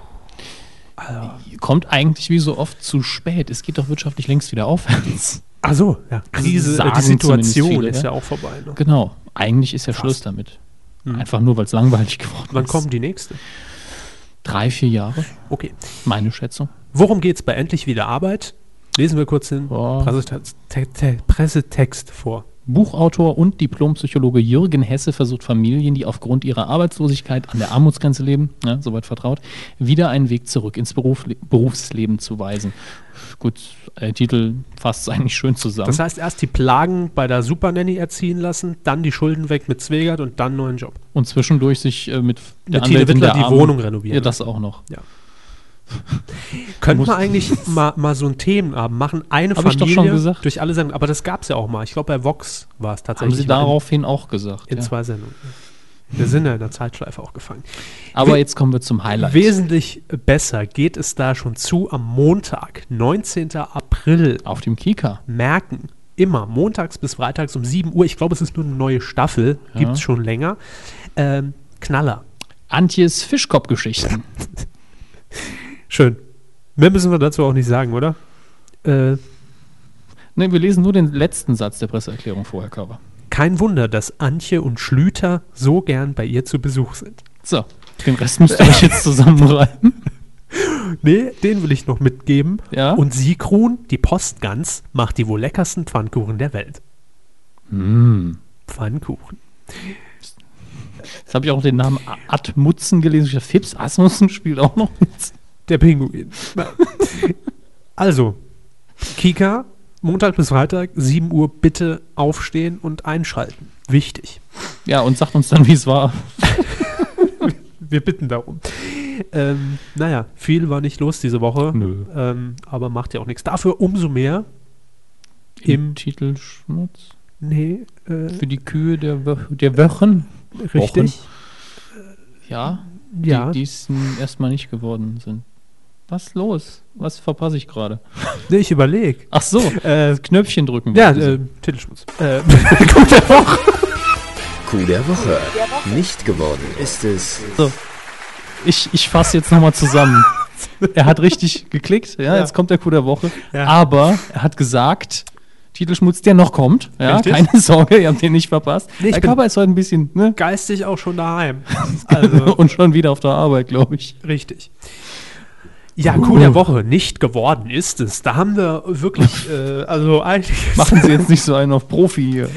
Also, Kommt eigentlich wie so oft zu spät. Es geht doch wirtschaftlich längst wieder aufwärts. ach so, ja. Krise, äh, die Also Sagen Situation zumindest viele, ist ja ja. auch vorbei. Ne? Genau. Eigentlich ist ja Krass. Schluss damit. Mhm. Einfach nur, weil es langweilig geworden Wann ist. kommt die nächste? Drei, vier Jahre, Okay. meine Schätzung. Worum geht's bei Endlich wieder Arbeit? Lesen wir kurz den Boah. Pressetext, te, te, Pressetext vor. Buchautor und Diplompsychologe Jürgen Hesse versucht Familien, die aufgrund ihrer Arbeitslosigkeit an der Armutsgrenze leben, ja, soweit vertraut, wieder einen Weg zurück ins Beruf, Berufsleben zu weisen. Gut, der Titel fasst es eigentlich schön zusammen. Das heißt, erst die Plagen bei der Supernanny erziehen lassen, dann die Schulden weg mit Zwegert und dann neuen Job. und zwischendurch sich äh, mit der Mit Tine Anwältin Wittler der die Armen- Wohnung renovieren. Ja, das auch noch. Könnte Muss- man eigentlich mal, mal so einen Themenabend machen? Eine Hab ich Familie doch schon gesagt. durch alle Sendungen. Aber das gab es ja auch mal. Ich glaube, bei Vox war es Haben tatsächlich. mal Sie in- daraufhin auch gesagt. In ja. zwei Sendungen. Wir sind ja in der Zeitschleife auch gefangen. Aber We- jetzt kommen wir zum Highlight. Wesentlich besser geht es da schon zu am Montag, 19. April. Auf dem Kika. Merken. Immer montags bis freitags um 7 Uhr. Ich glaube, es ist nur eine neue Staffel. Gibt's Ja. Gibt es schon länger. Ähm, Knaller. Antjes Fischkopf-Geschichten. Schön. Mehr müssen wir dazu auch nicht sagen, oder? Äh, ne, wir lesen nur den letzten Satz der Presseerklärung vorher, Cover. Kein Wunder, dass Antje und Schlüter so gern bei ihr zu Besuch sind. So, den Rest müsst ihr euch jetzt zusammenreiben. Nee, den will ich noch mitgeben. Ja. Und Sigrun, die Postgans, macht die wohl leckersten Pfannkuchen der Welt. Mm. Hm. Pfannkuchen. Jetzt habe ich auch den Namen A- Ad Mutzen gelesen. Ich dachte, Fips Asmussen spielt auch noch mit. Der Pinguin. also, Kika, Montag bis Freitag, 7 Uhr, bitte aufstehen und einschalten. Wichtig. Ja, und sagt uns dann, wie es war. Wir bitten darum. Ähm, naja, viel war nicht los diese Woche. Nö. Ähm, aber macht ja auch nichts. Dafür umso mehr im. Titel Schmutz. Nee, äh, Für die Kühe der, Wo der Wochen. richtig. Ja, Ja. die diesen erstmal nicht geworden sind. Was los? Was verpasse ich gerade? Nee, ich überlege. Ach so, Äh, Knöpfchen drücken. ja, wollte äh, sie. Titelschmutz. Äh, gute Woche. Kuh der Woche. Nicht geworden ist es äh, so. Ich, ich fasse jetzt nochmal zusammen. Er hat richtig geklickt, ja, jetzt kommt der Coup der Woche. Ja. Aber er hat gesagt, Titelschmutz, der noch kommt. Ja, Richtig. keine Sorge, ihr habt den nicht verpasst. Nee, ich der bin- Körper ist heute ein bisschen, ne? Geistig auch schon daheim. Also, Und schon wieder auf der Arbeit, glaube ich. richtig. Ja, Kuh der Woche. Nicht geworden ist es. Da haben wir wirklich, äh, also eigentlich Machen Sie jetzt nicht so einen auf Profi hier.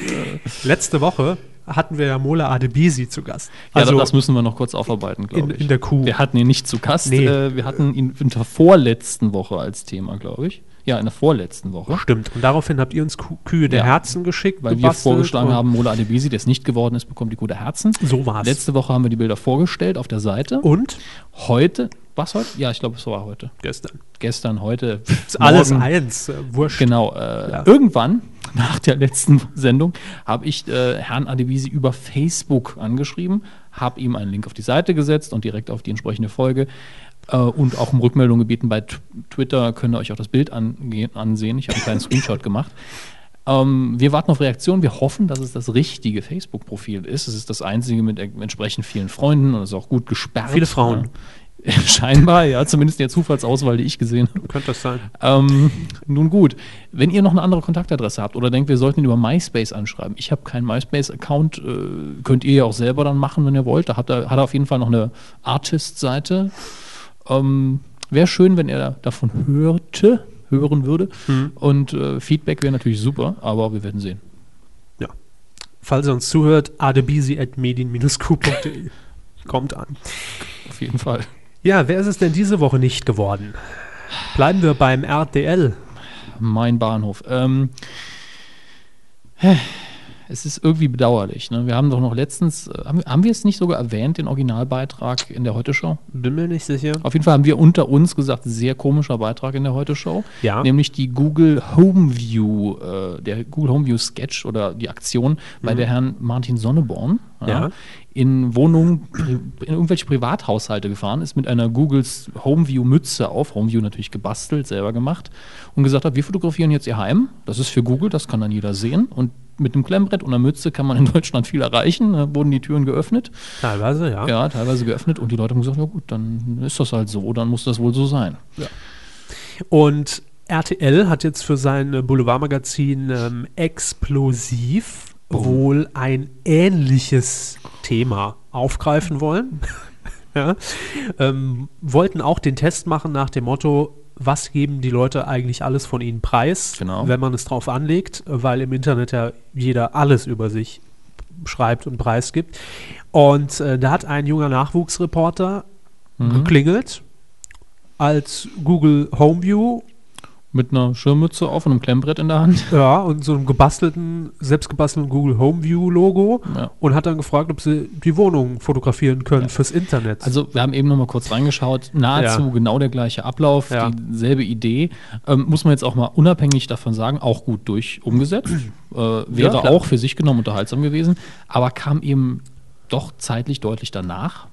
letzte Woche hatten wir ja Mola Adebisi zu Gast. Ja, also, das müssen wir noch kurz aufarbeiten, in, glaube ich. in der Kuh. wir hatten ihn nicht zu Gast. Nee. Äh, wir hatten ihn in der vorletzten Woche als Thema, glaube ich. Ja, in der vorletzten Woche. Stimmt. Und daraufhin habt ihr uns Kuh, Kühe der Ja. Herzen geschickt, Weil wir gebastelt vorgeschlagen und haben, Mola Adebisi, der es nicht geworden ist, bekommt die gute Herzen. So war's. Letzte Woche haben wir die Bilder vorgestellt auf der Seite. Und Heute, was heute? Ja, ich glaube, es war heute. gestern. Gestern, heute. Ist alles morgen. eins. äh, Wurscht. Genau. Äh, Ja. Irgendwann, nach der letzten Sendung, habe ich äh, Herrn Adebisi über Facebook angeschrieben, habe ihm einen Link auf die Seite gesetzt und direkt auf die entsprechende Folge äh, und auch um Rückmeldung gebeten. Bei Tw- Twitter könnt ihr euch auch das Bild ange- ansehen. Ich habe einen kleinen Screenshot gemacht. Ähm, wir warten auf Reaktionen. Wir hoffen, dass es das richtige Facebook-Profil ist. Es ist das einzige mit e- entsprechend vielen Freunden und es ist auch gut gesperrt. Viele Frauen. Ja. Scheinbar, ja. Zumindest in der Zufallsauswahl, die ich gesehen habe. Könnte das sein? Ähm, nun gut, wenn ihr noch eine andere Kontaktadresse habt oder denkt, wir sollten ihn über MySpace anschreiben, ich habe keinen MySpace-Account, äh, könnt ihr ja auch selber dann machen, wenn ihr wollt. Da habt ihr, hat er auf jeden Fall noch eine Artist-Seite. Ähm, wäre schön, wenn ihr davon hörte, hören würde. Und äh, Feedback wäre natürlich super, aber wir werden sehen. Ja. Falls ihr uns zuhört, adebisi.medien-q.de. Kommt an. Auf jeden Fall. Ja, wer ist es denn diese Woche nicht geworden? Bleiben wir beim RTL. Mein Bahnhof. Ähm, es ist irgendwie bedauerlich. Ne? Wir haben doch noch letztens, äh, haben, haben wir es nicht sogar erwähnt, den Originalbeitrag in der Heute-Show? Bin mir nicht sicher. Auf jeden Fall haben wir unter uns gesagt, sehr komischer Beitrag in der Heute-Show. Ja. Nämlich die Google Home View, äh, der Google Home View Sketch oder die Aktion bei der Herrn Martin Sonneborn Mhm. Ja. in Wohnungen, pri- in irgendwelche Privathaushalte gefahren ist mit einer Googles Home View Mütze auf, Home View natürlich gebastelt, selber gemacht und gesagt hat, wir fotografieren jetzt ihr Heim. Das ist für Google, das kann dann jeder sehen. Und mit einem Klemmbrett und einer Mütze kann man in Deutschland viel erreichen. Da wurden die Türen geöffnet. Teilweise, ja. Ja, teilweise geöffnet und die Leute haben gesagt, na gut, dann ist das halt so, dann muss das wohl so sein. Und RTL hat jetzt für sein äh, Boulevardmagazin ähm, Explosiv wohl ein ähnliches Thema aufgreifen wollen. ja. ähm, wollten auch den Test machen nach dem Motto, was geben die Leute eigentlich alles von ihnen preis, Genau. wenn man es drauf anlegt, weil im Internet ja jeder alles über sich schreibt und preisgibt. Und äh, da hat ein junger Nachwuchsreporter Mhm. Mhm. geklingelt als Google Homeview Mit einer Schirmmütze auf und einem Klemmbrett in der Hand. ja, und so einem gebastelten, selbstgebastelten Google Homeview-Logo Ja. und hat dann gefragt, ob sie die Wohnung fotografieren können fürs Internet. Also wir haben eben noch mal kurz reingeschaut, nahezu Ja. genau der gleiche Ablauf, Ja. dieselbe Idee. Ähm, muss man jetzt auch mal unabhängig davon sagen, auch gut durch umgesetzt. Äh, wäre klar. auch für sich genommen unterhaltsam gewesen, aber kam eben doch zeitlich deutlich danach.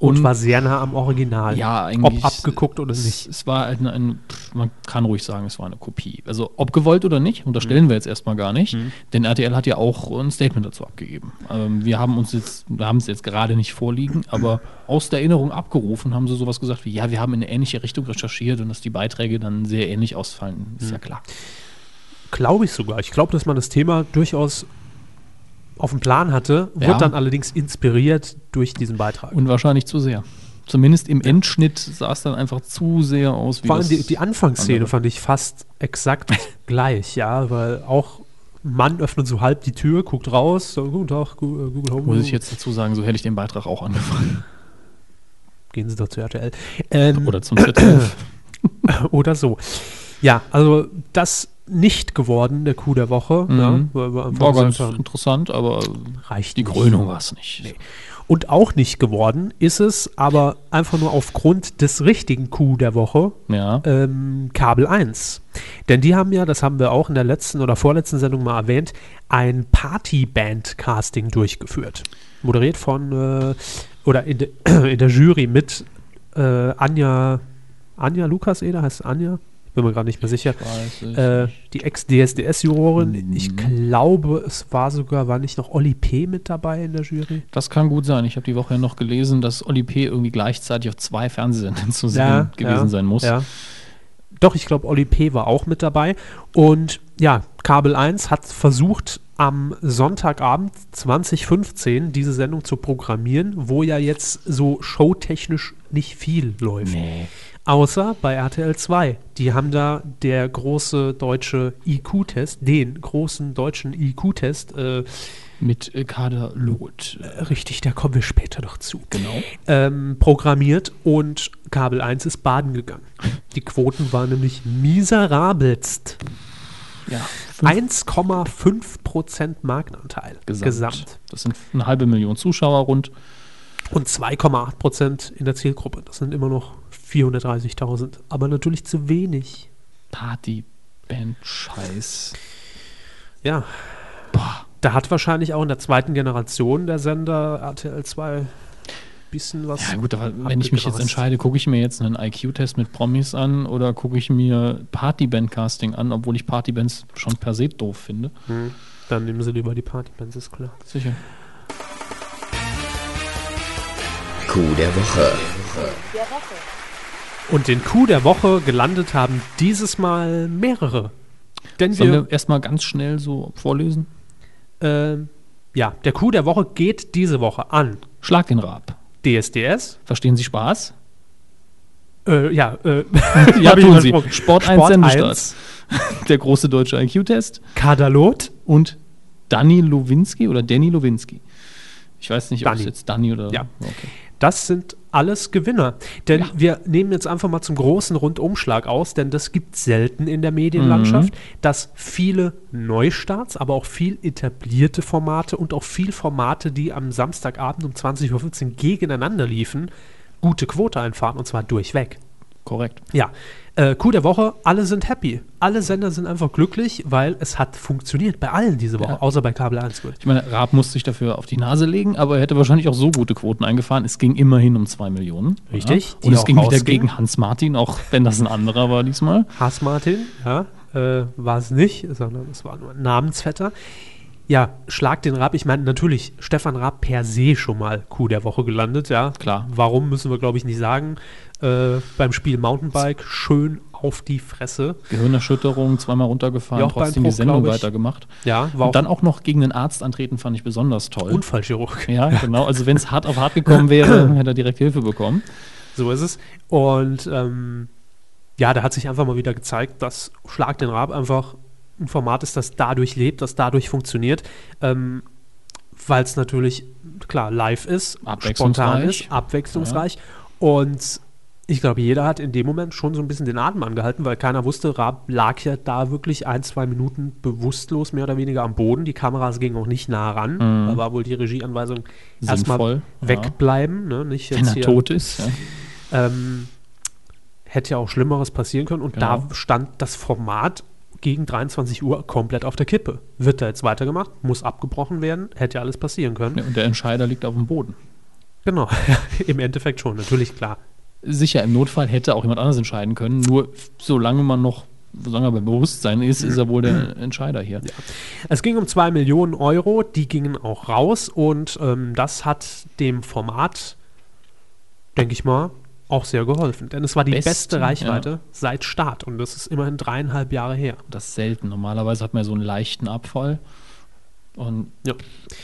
und, war sehr nah am Original. Ja, ob eigentlich. äh, abgeguckt oder es, nicht. Es war ein, ein, pff, man kann ruhig sagen, es war eine Kopie. Also ob gewollt oder nicht, unterstellen Mhm. wir jetzt erstmal gar nicht. Denn RTL hat ja auch ein Statement dazu abgegeben. Ähm, wir haben uns jetzt, wir haben es jetzt gerade nicht vorliegen, aber aus der Erinnerung abgerufen haben sie sowas gesagt wie, ja, wir haben in eine ähnliche Richtung recherchiert und dass die Beiträge dann sehr ähnlich ausfallen. Ist ja Mhm. klar. Glaube ich sogar. Ich glaube, dass man das Thema durchaus auf dem Plan hatte, Ja. wurde dann allerdings inspiriert durch diesen Beitrag. Und wahrscheinlich zu sehr. Zumindest im Endschnitt sah es dann einfach zu sehr aus wie Vor allem die, das die Anfangsszene andere. fand ich fast exakt gleich, ja, weil auch ein Mann öffnet so halb die Tür, guckt raus, so, guten Tag, Gu- äh, Google Home. Muss ich jetzt dazu sagen, so hätte ich den Beitrag auch angefangen. Gehen Sie doch zu RTL. Ähm, Oder zum Viertel. oder so. Ja, also das nicht geworden, der Coup der Woche. ne, Ja, Mhm. weil wir einfach War ganz gesagt haben, interessant, aber reicht die nicht. Krönung war es nicht. Nee. Und auch nicht geworden ist es, aber einfach nur aufgrund des richtigen Coup der Woche, Ja. ähm, Kabel 1. Denn die haben ja, das haben wir auch in der letzten oder vorletzten Sendung mal erwähnt, ein Partyband-Casting durchgeführt. Moderiert von, äh, oder in, de, in der Jury mit äh, Anja, Anja Lukas-Eder, heißt Anja? Ich bin mir gerade nicht mehr sicher. weiß es Äh, die Ex-DSDS-Jurorin, ich glaube, es war sogar, war nicht noch Olli P. mit dabei in der Jury? Das kann gut sein. Ich habe die Woche noch gelesen, dass Oli P. irgendwie gleichzeitig auf zwei Fernsehsendern zu sehen gewesen sein muss. Ja. Doch, ich glaube, Oli P. war auch mit dabei. Und ja, Kabel 1 hat versucht, am Sonntagabend 2015 diese Sendung zu programmieren, wo ja jetzt so showtechnisch nicht viel läuft. Nee. Außer bei RTL 2. Die haben da der große deutsche IQ-Test, den großen deutschen IQ-Test äh, mit äh, Kader Loth. Richtig, da kommen wir später noch zu. Genau. Ähm, programmiert und Kabel 1 ist baden gegangen. Die Quoten waren nämlich miserabelst. Ja. Fünf 1,5% Marktanteil gesamt. Das sind eine halbe Million Zuschauer rund. Und 2,8% in der Zielgruppe. Das sind immer noch 430.000. Aber natürlich zu wenig. Partyband-Scheiß. Ja, Boah. da hat wahrscheinlich auch in der zweiten Generation der Sender RTL 2 bisschen was. Ja gut, aber wenn ich mich jetzt abgegrast. entscheide, gucke ich mir jetzt einen IQ-Test mit Promis an oder gucke ich mir Partyband-Casting an, obwohl ich Partybands schon per se doof finde. Hm. Dann nehmen sie lieber die Partybands, ist klar. Sicher. Coup der Woche. Und den Coup der Woche gelandet haben dieses Mal mehrere. Denn Sollen wir, wir erstmal ganz schnell so vorlösen? ähm, ja, der Coup der Woche geht diese Woche an Schlag den Raab. DSDS. Verstehen Sie Spaß? Äh, ja, äh, Ja, hab ich tun Sie. übersprungen. Sport 1 Sendestart. Der große deutsche IQ-Test Kadalot. und Danny Lowinski oder Danny Lowinski. Ich weiß nicht, ob Danny. es jetzt Danny oder. Ja. Okay. Das sind alles Gewinner. Denn Ja. wir nehmen jetzt einfach mal zum großen Rundumschlag aus, denn das gibt selten in der Mhm. Medienlandschaft, dass viele Neustarts, aber auch viel etablierte Formate und auch viel Formate, die am Samstagabend um 20.15 Uhr gegeneinander liefen, gute Quote einfahren und zwar durchweg. Korrekt. Ja, äh, Coup der Woche, alle sind happy. Alle Sender sind einfach glücklich, weil es hat funktioniert bei allen diese Woche, Ja. außer bei Kabel 1. Gut. Ich meine, Raab musste sich dafür auf die Nase legen, aber er hätte wahrscheinlich auch so gute Quoten eingefahren. Es ging immerhin um zwei Millionen. Richtig, Ja. die Und es auch ging wieder rausgingen. gegen Hans Martin, auch wenn das ein anderer war diesmal. Haas Martin, ja, äh, war es nicht, sondern es war nur ein Namensvetter. Ja, schlag den Raab. Ich meine, natürlich, Stefan Raab per se schon mal Coup der Woche gelandet, ja. Klar. Warum, müssen wir, glaube ich, nicht sagen. Äh, beim Spiel Mountainbike schön auf die Fresse. Gehirnerschütterung, zweimal runtergefahren, Ja, auch trotzdem Beinbruch, die Sendung glaub ich. weitergemacht. Ja, war Und auch dann auch noch gegen einen Arzt antreten, fand ich besonders toll. Unfallchirurg. Ja, genau. Also wenn es hart auf hart gekommen wäre, hätte er direkt Hilfe bekommen. So ist es. Und ähm, ja, da hat sich einfach mal wieder gezeigt, dass Schlag den Raab einfach ein Format ist, das dadurch lebt, das dadurch funktioniert. Ähm, Weil es natürlich, klar, live ist, spontan Abwechslungsreich. ist, abwechslungsreich. Und ich glaube, jeder hat in dem Moment schon so ein bisschen den Atem angehalten, weil keiner wusste, Raab lag ja da wirklich ein, zwei Minuten bewusstlos mehr oder weniger am Boden. Die Kameras gingen auch nicht nah ran. Mhm. Da war wohl die Regieanweisung, Sinnvoll, erstmal ja. wegbleiben, ne? nicht Wenn jetzt er hier tot ist. Ja. ähm, hätte ja auch Schlimmeres passieren können. Und Genau. da stand das Format gegen 23 Uhr komplett auf der Kippe. Wird da jetzt weitergemacht? Muss abgebrochen werden? Hätte ja alles passieren können. Ja, Und der Entscheider liegt auf dem Boden. Genau, im Endeffekt schon, natürlich klar. Sicher, im Notfall hätte auch jemand anders entscheiden können. Nur f- solange man noch, solange er bei Bewusstsein ist, ist er wohl der Entscheider hier. Es ging um 2 Millionen Euro, die gingen auch raus und ähm, das hat dem Format, denke ich mal, auch sehr geholfen. Denn es war die Besten, beste Reichweite ja. seit Start und das ist immerhin dreieinhalb Jahre her. Das ist selten. Normalerweise hat man ja so einen leichten Abfall. Und Ja.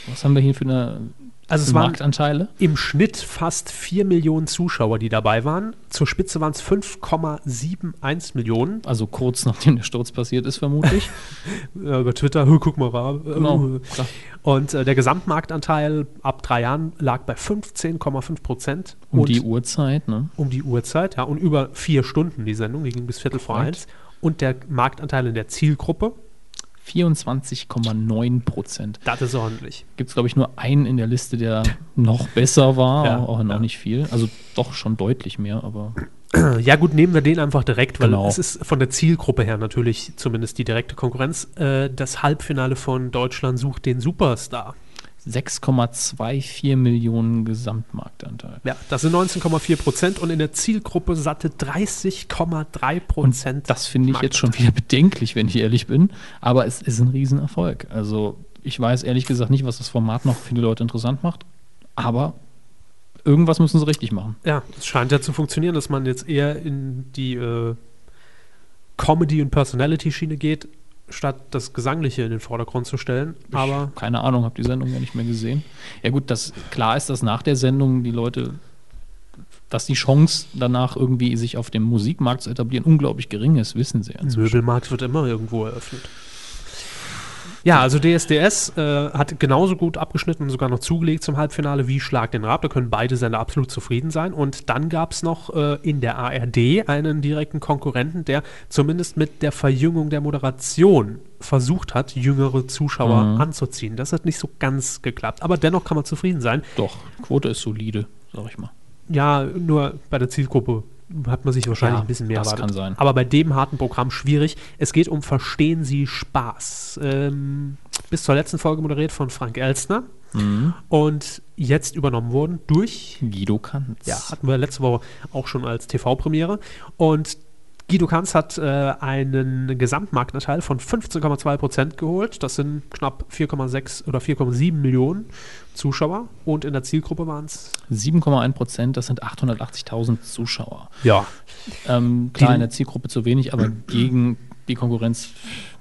was haben wir hier für eine Also für es waren Marktanteile? Im Schnitt fast 4 Millionen Zuschauer, die dabei waren. Zur Spitze waren es 5,71 Millionen. Also kurz nachdem der Sturz passiert ist, vermutlich. Genau. Äh, über Twitter, "Hö, guck mal, war. äh, äh." Klar. Und äh, der Gesamtmarktanteil ab drei Jahren lag bei 15,5 Prozent. Um und die Uhrzeit, ne? um die Uhrzeit, ja, und über vier Stunden die Sendung, die ging bis Viertel vor Korrekt. eins. Und der Marktanteil in der Zielgruppe, 24,9 Prozent. das ist ordentlich. Gibt es, glaube ich, nur einen in der Liste, der noch besser war, Ja, auch noch ja. nicht viel. Also doch schon deutlich mehr, aber Äh, Ja, gut, nehmen wir den einfach direkt, weil Genau. es ist von der Zielgruppe her natürlich zumindest die direkte Konkurrenz. Äh, das Halbfinale von Deutschland sucht den Superstar. 6,24 Millionen Gesamtmarktanteil. Ja, das sind 19,4 Prozent und in der Zielgruppe satte 30,3 Und Prozent. das finde ich jetzt schon wieder bedenklich, wenn ich ehrlich bin. Aber es ist ein Riesenerfolg. Also ich weiß ehrlich gesagt nicht, was das Format noch für die Leute interessant macht. Aber irgendwas müssen sie richtig machen. Ja, es scheint ja zu funktionieren, dass man jetzt eher in die äh, Comedy- und Personality-Schiene geht, statt das Gesangliche in den Vordergrund zu stellen. Aber Ich, keine Ahnung, habe die Sendung ja nicht mehr gesehen. Ja gut, das klar ist, dass nach der Sendung die Leute, dass die Chance danach irgendwie sich auf dem Musikmarkt Mhm. zu etablieren unglaublich gering ist, wissen sie. ein Also, Möbelmarkt wird immer irgendwo eröffnet. Ja, also DSDS äh, hat genauso gut abgeschnitten und sogar noch zugelegt zum Halbfinale wie Schlag den Rab. Da können beide Sender absolut zufrieden sein. Und dann gab es noch äh, in der ARD einen direkten Konkurrenten, der zumindest mit der Verjüngung der Moderation versucht hat, jüngere Zuschauer anzuziehen. Das hat nicht so ganz geklappt. Aber dennoch kann man zufrieden sein. Doch, Quote ist solide, sag ich mal. Ja, nur bei der Zielgruppe hat man sich wahrscheinlich Ja, ein bisschen mehr das erwartet. kann sein. Aber bei dem harten Programm schwierig. Es geht um Verstehen Sie Spaß. Ähm, bis zur letzten Folge moderiert von Frank Elstner Mhm. und jetzt übernommen worden durch, Guido Kanz. ja, hatten wir letzte Woche auch schon als TV-Premiere. Und Guido Kanz hat äh, einen Gesamtmarktanteil von 15,2 Prozent geholt. Das sind knapp 4,6 oder 4,7 Millionen Zuschauer. Und in der Zielgruppe waren es 7,1 Prozent, das sind 880.000 Zuschauer. ja. Ähm, klar, Die- in der Zielgruppe zu wenig, aber gegen die Konkurrenz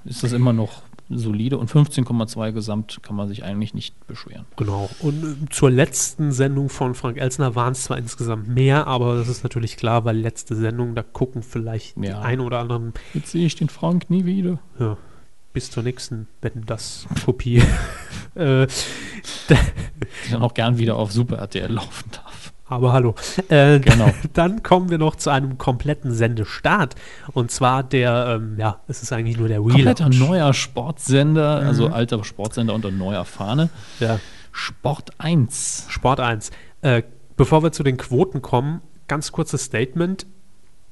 ist das immer noch solide und 15,2 gesamt kann man sich eigentlich nicht beschweren. Genau. Und äh, zur letzten Sendung von Frank Elsner waren es zwar insgesamt mehr, aber das ist natürlich klar, weil letzte Sendung, da gucken vielleicht die Ja. ein oder anderen Jetzt sehe ich den Frank nie wieder. ja, bis zur nächsten Wetten das Kopie. äh, da, Ich dann auch gern wieder auf Super RTL laufen darf. aber hallo. Äh, Genau. Dann kommen wir noch zu einem kompletten Sendestart. Und zwar der, ähm, ja, es ist eigentlich nur der Kompletter Relaunch. Mhm. neuer Sportsender, also alter Sportsender unter neuer Fahne. Ja. Sport 1. Sport 1. Äh, bevor wir zu den Quoten kommen, ganz kurzes Statement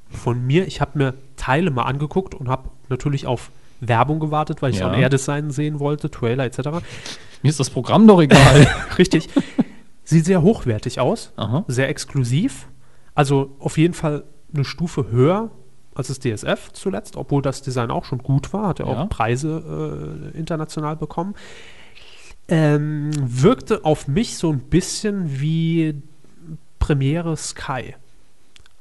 von mir. Ich habe mir Teile mal angeguckt und habe natürlich auf Werbung gewartet, weil ich Ja. On-Air-Design sehen wollte, Trailer etc. Mir ist das Programm doch egal. Richtig. Sieht sehr hochwertig aus, Aha. sehr exklusiv. Also auf jeden Fall eine Stufe höher als das DSF zuletzt, obwohl das Design auch schon gut war, hat ja, Ja. auch Preise äh, international bekommen. Ähm, wirkte auf mich so ein bisschen wie Premiere Sky.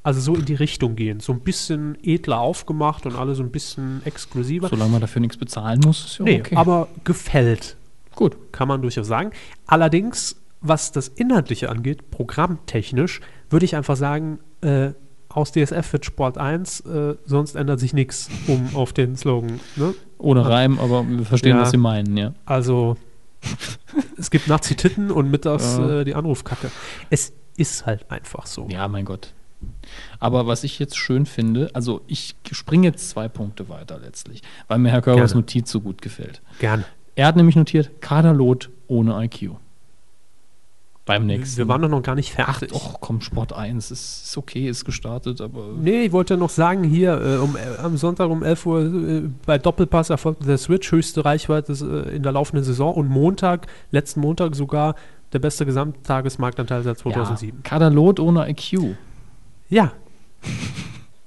Also so in die Richtung gehen. So ein bisschen edler aufgemacht und alle so ein bisschen exklusiver. Solange man dafür nichts bezahlen muss, ist ja nee, okay. aber gefällt gut. kann man durchaus sagen. Allerdings, was das Inhaltliche angeht, programmtechnisch, würde ich einfach sagen, äh, aus DSF wird Sport 1, äh, sonst ändert sich nichts, um auf den Slogan. Ne? Ohne Reim, aber wir verstehen, Ja. was Sie meinen, ja. Also, es gibt nachts die Titten und mittags Ja. äh, die Anrufkacke. Es ist halt einfach so. Ja, mein Gott. Aber was ich jetzt schön finde, also ich springe jetzt zwei Punkte weiter letztlich, weil mir Herr Körbers Gerne. Notiz so gut gefällt. Gerne. Er hat nämlich notiert, Kaderlot ohne IQ. Beim nächsten. Wir waren doch noch gar nicht Ach, fertig. doch, komm, Sport 1, ist, ist okay, ist gestartet, aber Nee, ich wollte noch sagen, hier äh, um, äh, am Sonntag um 11 Uhr äh, bei Doppelpass erfolgte der Switch, höchste Reichweite äh, in der laufenden Saison und Montag, letzten Montag sogar, der beste Gesamttagesmarktanteil seit ja, 2007. Kaderlot ohne IQ. Ja,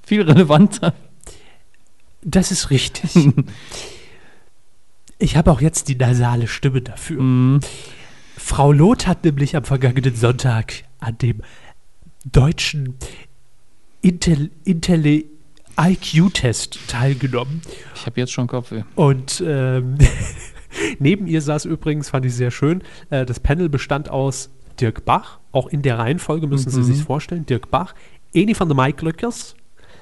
Viel relevanter. das ist richtig. ich habe auch jetzt die nasale Stimme dafür. Mhm. Frau Loth hat nämlich am vergangenen Sonntag an dem deutschen Intel, Intel IQ-Test teilgenommen. Ich habe jetzt schon Kopfweh. Und ähm, neben ihr saß übrigens, fand ich sehr schön, äh, das Panel bestand aus Dirk Bach, auch in der Reihenfolge müssen Sie sich vorstellen, Dirk Bach, Eni van der Maiklöckers,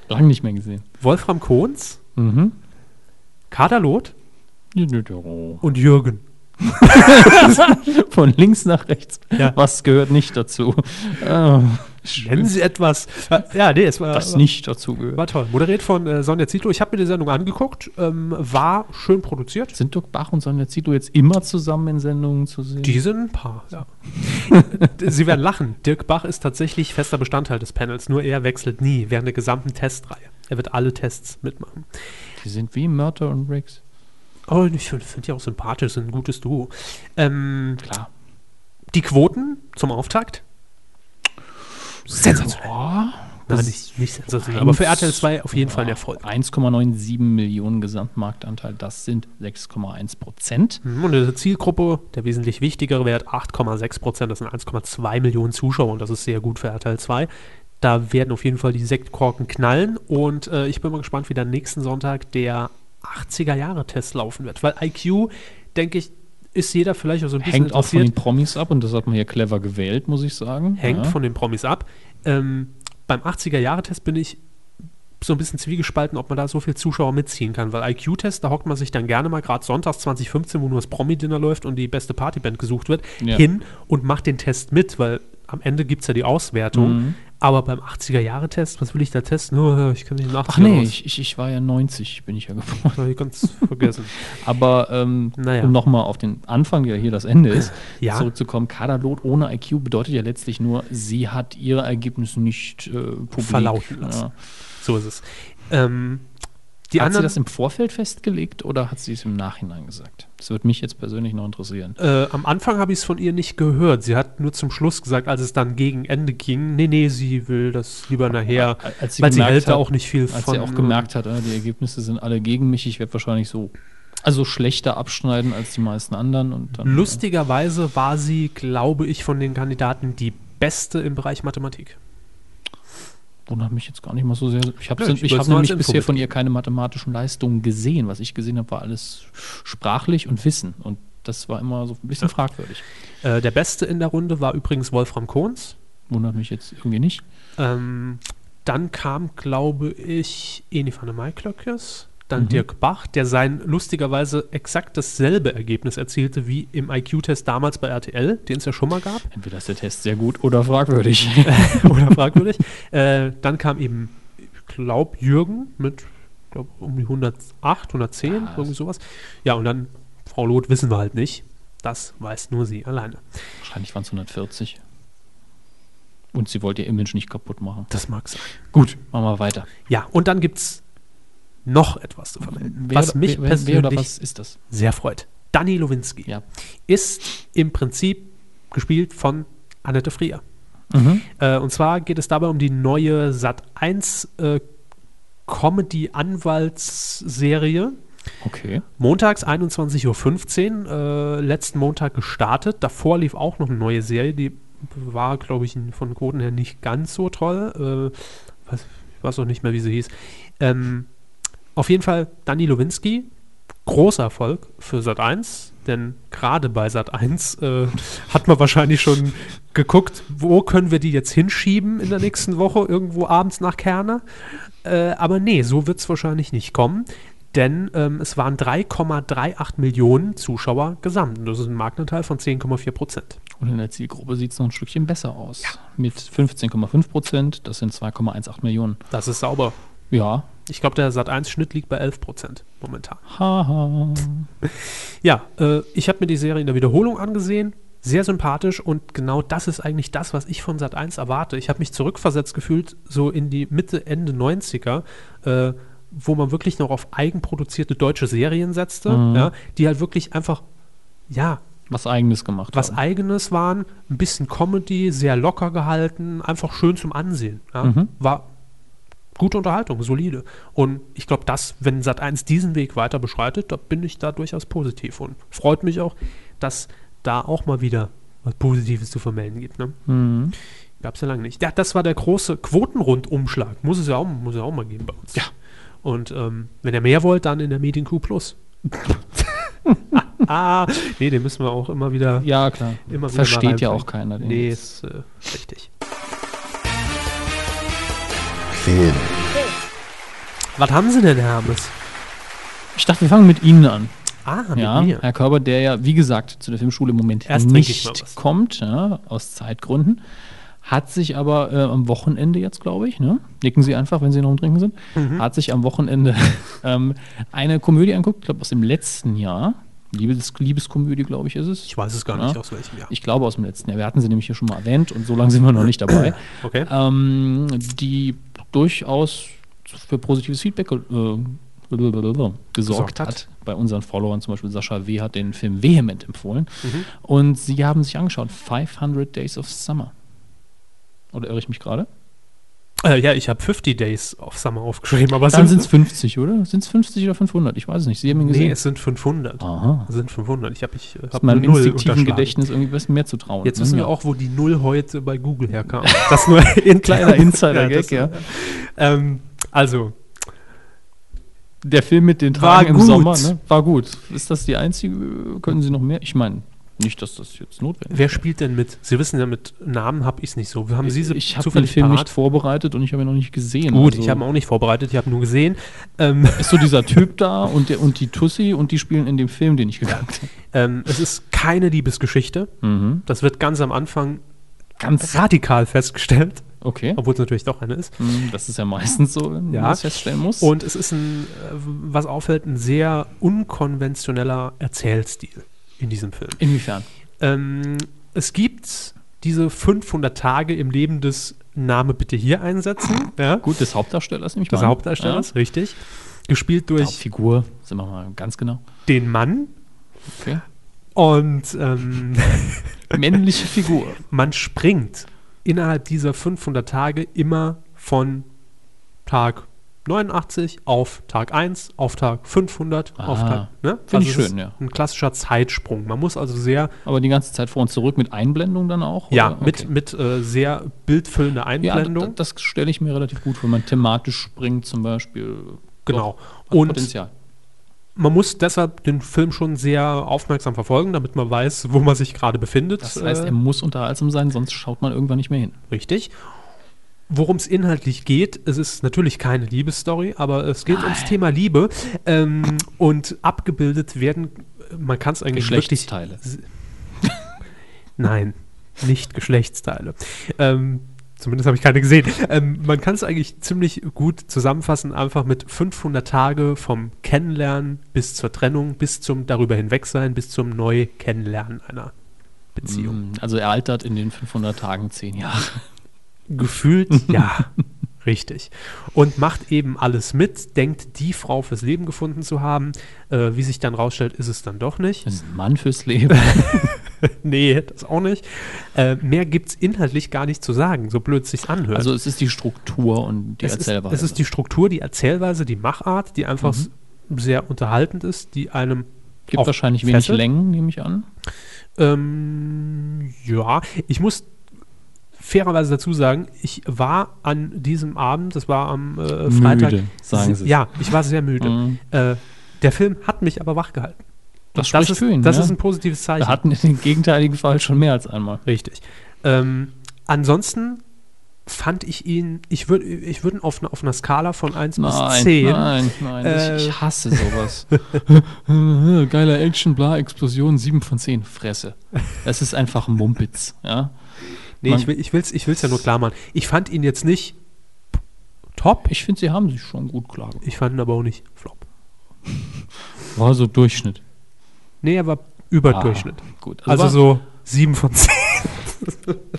Lang nicht mehr gesehen. Wolfram Kohns, Mhm. Kader Loth Von und Jürgen. links nach rechts. Ja. Was gehört nicht dazu? Äh, Nennen Sie etwas. Ja, nee, es war, das nicht dazu gehört. war toll. Moderiert von äh, Sonja Zietlow. Ich habe mir die Sendung angeguckt, ähm, war schön produziert. Sind Dirk Bach und Sonja Zito jetzt immer zusammen in Sendungen zu sehen? Die sind ein paar, ja. Sie werden lachen. Dirk Bach ist tatsächlich fester Bestandteil des Panels, nur er wechselt nie während der gesamten Testreihe. Er wird alle Tests mitmachen. Die sind wie Mörder und Riggs. Oh, ich finde find die auch sympathisch, sind ein gutes Duo. Ähm, Klar. die Quoten zum Auftakt? Sensationell. Nein, nicht, nicht sensationell. Aber für RTL 2 auf jeden Fall ein Erfolg. 1,97 Millionen Gesamtmarktanteil, das sind 6,1 Prozent. Mhm, Und in der Zielgruppe, der wesentlich wichtigere Wert, 8,6 Prozent, das sind 1,2 Millionen Zuschauer und das ist sehr gut für RTL 2. Da werden auf jeden Fall die Sektkorken knallen und äh, ich bin mal gespannt, wie dann nächsten Sonntag der 80er-Jahre-Test laufen wird, weil IQ, denke ich, ist jeder vielleicht auch so ein bisschen Hängt auch von den interessiert. Promis ab und das hat man hier clever gewählt, muss ich sagen. hängt ja. von den Promis ab. Ähm, beim 80er-Jahre-Test bin ich so ein bisschen zwiegespalten, ob man da so viel Zuschauer mitziehen kann, weil IQ-Test, da hockt man sich dann gerne mal gerade sonntags 2015, wo nur das Promi-Dinner läuft und die beste Partyband gesucht wird, Ja. hin und macht den Test mit, weil am Ende gibt es ja die Auswertung. Mhm. Aber beim 80er-Jahre-Test, was will ich da testen? Oh, Ich kann mich nach. Ach nee, ich, ich, ich war ja 90, bin ich ja geboren. Habe ich ganz vergessen. Aber ähm, Naja. um nochmal auf den Anfang, der hier das Ende ist, Ja. zurückzukommen, Kaderlot ohne IQ bedeutet ja letztlich nur, sie hat ihre Ergebnisse nicht äh, publik. Verlauten lassen. Ja. So ist es. Ähm, die hat sie anderen, das im Vorfeld festgelegt oder hat sie es im Nachhinein gesagt? Das würde mich jetzt persönlich noch interessieren. äh, am Anfang habe ich es von ihr nicht gehört. Sie hat nur zum Schluss gesagt, als es dann gegen Ende ging, nee, nee, sie will das lieber nachher, Als weil sie gemerkt hält da hat- auch nicht viel Als von. sie auch gemerkt hat, äh, die Ergebnisse sind alle gegen mich, ich werde wahrscheinlich so also schlechter abschneiden als die meisten anderen. Und dann, Lustigerweise war sie, glaube ich, von den Kandidaten die beste im Bereich Mathematik. Äh, wundert mich jetzt gar nicht mal so sehr. Ich habe Nö, ich ich wollt's hab nur als nämlich Info bisher von ihr keine mathematischen Leistungen gesehen. Was ich gesehen habe, war alles sprachlich und Wissen. Und das war immer so ein bisschen fragwürdig. Äh, der beste in der Runde war übrigens Wolfram Kohns. Wundert mich jetzt irgendwie nicht. Ähm, dann kam, glaube ich, Eni van der Maiklöckes, dann Mhm. Dirk Bach, der sein lustigerweise exakt dasselbe Ergebnis erzielte wie im IQ-Test damals bei RTL, den es ja schon mal gab. Entweder ist der Test sehr gut oder fragwürdig. oder fragwürdig. äh, dann kam eben, ich glaube, Jürgen mit glaub, um die 108, 110, Was? irgendwie sowas. Ja, und dann Frau Loth wissen wir halt nicht. Das weiß nur sie alleine. Wahrscheinlich waren es 140. Und sie wollte ihr Image nicht kaputt machen. Das mag sein. Gut, machen wir weiter. Ja, und dann gibt es noch etwas zu vermelden, was oder- mich wer, persönlich wer oder was ist das? sehr freut. Dani Lowinski Ja. ist im Prinzip gespielt von Annette Frier. Äh, und zwar geht es dabei um die neue Sat 1 äh, Comedy-Anwaltsserie. Okay. Montags 21.15 Uhr, äh, letzten Montag gestartet. Davor lief auch noch eine neue Serie, die war, glaube ich, von Quoten her nicht ganz so toll. Äh, weiß, ich weiß auch nicht mehr, wie sie hieß. Ähm, auf jeden Fall Dani Lowinski, großer Erfolg für Sat 1, denn gerade bei Sat 1 äh, hat man wahrscheinlich schon geguckt, wo können wir die jetzt hinschieben in der nächsten Woche, irgendwo abends nach Kerner. Äh, aber nee, so wird es wahrscheinlich nicht kommen. Denn ähm, es waren 3,38 Millionen Zuschauer gesamt. Und das ist ein Marktanteil von 10,4 Prozent. Und in der Zielgruppe sieht es noch ein Stückchen besser aus. Mit 15,5 Prozent, das sind 2,18 Millionen. Das ist sauber. Ja, Ich glaube, der Sat1-Schnitt liegt bei 11 Prozent momentan. haha. Ja, äh, ich habe mir die Serie in der Wiederholung angesehen. Sehr sympathisch und genau das ist eigentlich das, was ich von Sat1 erwarte. Ich habe mich zurückversetzt gefühlt, so in die Mitte, Ende 90er, äh, wo man wirklich noch auf eigenproduzierte deutsche Serien setzte, Mhm. ja, die halt wirklich einfach, ja, Was eigenes gemacht. was haben. Eigenes waren, ein bisschen Comedy, sehr locker gehalten, einfach schön zum Ansehen. Ja? Mhm. War gute Unterhaltung, solide. Und ich glaube, dass, wenn Sat1 diesen Weg weiter beschreitet, da bin ich da durchaus positiv und freut mich auch, dass da auch mal wieder was Positives zu vermelden gibt. Ne? Mhm. Gab es ja lange nicht. Ja, das war der große Quotenrundumschlag. Muss es ja auch, muss ja auch mal geben bei uns. Ja. Und ähm, wenn ihr mehr wollt, dann in der Medien Q Plus. ah, nee, den müssen wir auch immer wieder Ja, klar. Immer wieder mal Versteht ja reinbringen. auch keiner. den Nee, jetzt. ist äh, richtig. Film. Was haben Sie denn, Hermes? Ich dachte, wir fangen mit Ihnen an. Ah, Ja, Äh, mit mir. Herr Körber, der ja, wie gesagt, zu der Filmschule im Moment Erst trinke ich mal was. nicht kommt, ja, aus Zeitgründen, hat sich aber äh, am Wochenende jetzt, glaube ich, ne? nicken Sie einfach, wenn Sie noch am Trinken sind, Mhm. hat sich am Wochenende ähm, eine Komödie angeguckt, ich glaube aus dem letzten Jahr, Liebes, Liebeskomödie, glaube ich, ist es. Ich weiß es gar nicht, Ja. aus welchem Jahr. Ich glaube aus dem letzten Jahr. Wir hatten sie nämlich hier schon mal erwähnt und so lange sind wir noch nicht dabei. Okay. Ähm, die durchaus für positives Feedback äh, gesorgt, Gesorgt hat. hat. Bei unseren Followern, zum Beispiel Sascha W. hat den Film vehement empfohlen. Mhm. Und sie haben sich angeschaut, 500 Days of Summer. Oder irre ich mich gerade? Äh, ja, ich habe 50 Days of Summer aufgeschrieben, aber Dann sind es 50, oder? Sind es 50 oder 500? Ich weiß es nicht. Sie haben ihn Nee, gesehen. es sind 500. Aha. Es sind 500. Ich habe ich äh, Ist hab eine meinem Null instinktiven unterschlagen. Gedächtnis irgendwie ein bisschen mehr zu trauen. Jetzt ne? wissen wir Ja. auch, wo die Null heute bei Google herkam. Das nur in Kleiner Insider-Gag, ja. Ähm, also, Der Film mit den War Tagen im gut. Sommer, ne? War gut. Ist das die einzige? Können Sie noch mehr? Ich meine, Nicht, dass das jetzt notwendig Wer spielt denn mit? Sie wissen ja, mit Namen habe ich es nicht so. Haben Sie sie ich habe den Film nicht vorbereitet und ich habe ihn noch nicht gesehen. Gut, also ich habe ihn auch nicht vorbereitet, ich habe nur gesehen. Ähm, ist so dieser Typ da und, der, und die Tussi und die spielen in dem Film, den ich geguckt habe. ähm, es ist keine Liebesgeschichte. Mhm. Das wird ganz am Anfang Ganz radikal festgestellt, okay. obwohl es natürlich doch eine ist. Mhm, Das ist ja meistens so, wenn Oh. Ja. man das feststellen muss. Und es ist ein, äh, was auffällt, ein sehr unkonventioneller Erzählstil in diesem Film. Inwiefern? Ähm, es gibt diese 500 Tage im Leben des Name bitte hier einsetzen, ja, Gut, des Hauptdarstellers nämlich des Hauptdarstellers, richtig. Gespielt Ja. durch Hauptfigur, sind wir mal ganz genau. den Mann Okay. und ähm, Männliche Figur. man springt innerhalb dieser 500 Tage immer von Tag 89 auf Tag 1, auf Tag 500, auf Ah, Tag. Ne? find ich es ist schön, ja. Ein klassischer Zeitsprung. Man muss also sehr, Aber die ganze Zeit vor und zurück mit Einblendung dann auch? ja, oder? mit, Oh, Okay. mit äh, sehr bildfüllender Ja, Einblendung. das, das stelle ich mir relativ gut vor, wenn man thematisch springt zum Beispiel. genau. Hat Und Potenzial. man muss deshalb den Film schon sehr aufmerksam verfolgen, damit man weiß, wo man sich gerade befindet. Das heißt, äh, er muss unterhaltsam sein, sonst schaut man irgendwann nicht mehr hin. Richtig. Worum es inhaltlich geht, es ist natürlich keine Liebesstory, aber es geht ums Thema Liebe. Ähm, und abgebildet werden, man kann es eigentlich wirklich. Geschlechtsteile. Nein, nicht Geschlechtsteile. Ähm, zumindest habe ich keine gesehen. Ähm, man kann es eigentlich ziemlich gut zusammenfassen, einfach mit 500 Tage vom Kennenlernen bis zur Trennung, bis zum darüber hinwegsein, bis zum Neu-Kennenlernen einer Beziehung. Mm, Also er altert in den 500 Tagen 10 Jahre. Gefühlt, ja, richtig. Und macht eben alles mit, denkt, die Frau fürs Leben gefunden zu haben. Äh, wie sich dann rausstellt, ist es dann doch nicht. Das ist ein Mann fürs Leben. nee, das auch nicht. Äh, mehr gibt es inhaltlich gar nicht zu sagen, so blöd sich's anhört. Also es ist die Struktur und die halt. es ist, Erzählweise. es ist die Struktur, die Erzählweise, die Machart, die einfach s- sehr unterhaltend ist, die einem Mhm. Gibt auf wahrscheinlich wenig fesselt. Längen, nehme ich an. Ähm, ja, ich muss fairerweise dazu sagen, ich war an diesem Abend, das war am äh, Freitag. Müde, sagen se- Sie's. Ja, ich war sehr müde. Mhm. Äh, der Film hat mich aber wachgehalten. Das Das spricht ist, für ihn. ne? das ja. ist ein positives Zeichen. wir hatten den gegenteiligen Fall schon mehr als einmal. Richtig. Ähm, ansonsten fand ich ihn, ich würde ich würd ihn auf, einer- auf einer Skala von 1 bis Nein, 10. nein, nein. Äh, ich, ich hasse sowas. Geiler Action, bla, Explosion, 7 von 10, Fresse. Das ist einfach Mumpitz. Ja? Nee, Man- ich, will, ich will's, ich will's ja nur klar machen. Ich fand ihn jetzt nicht top, Ich finde, sie haben sich schon gut klar gemacht. ich fand ihn aber auch nicht flop. War so Durchschnitt. Nee, er war über Durchschnitt. Ah, gut. Also war so 7 von 10.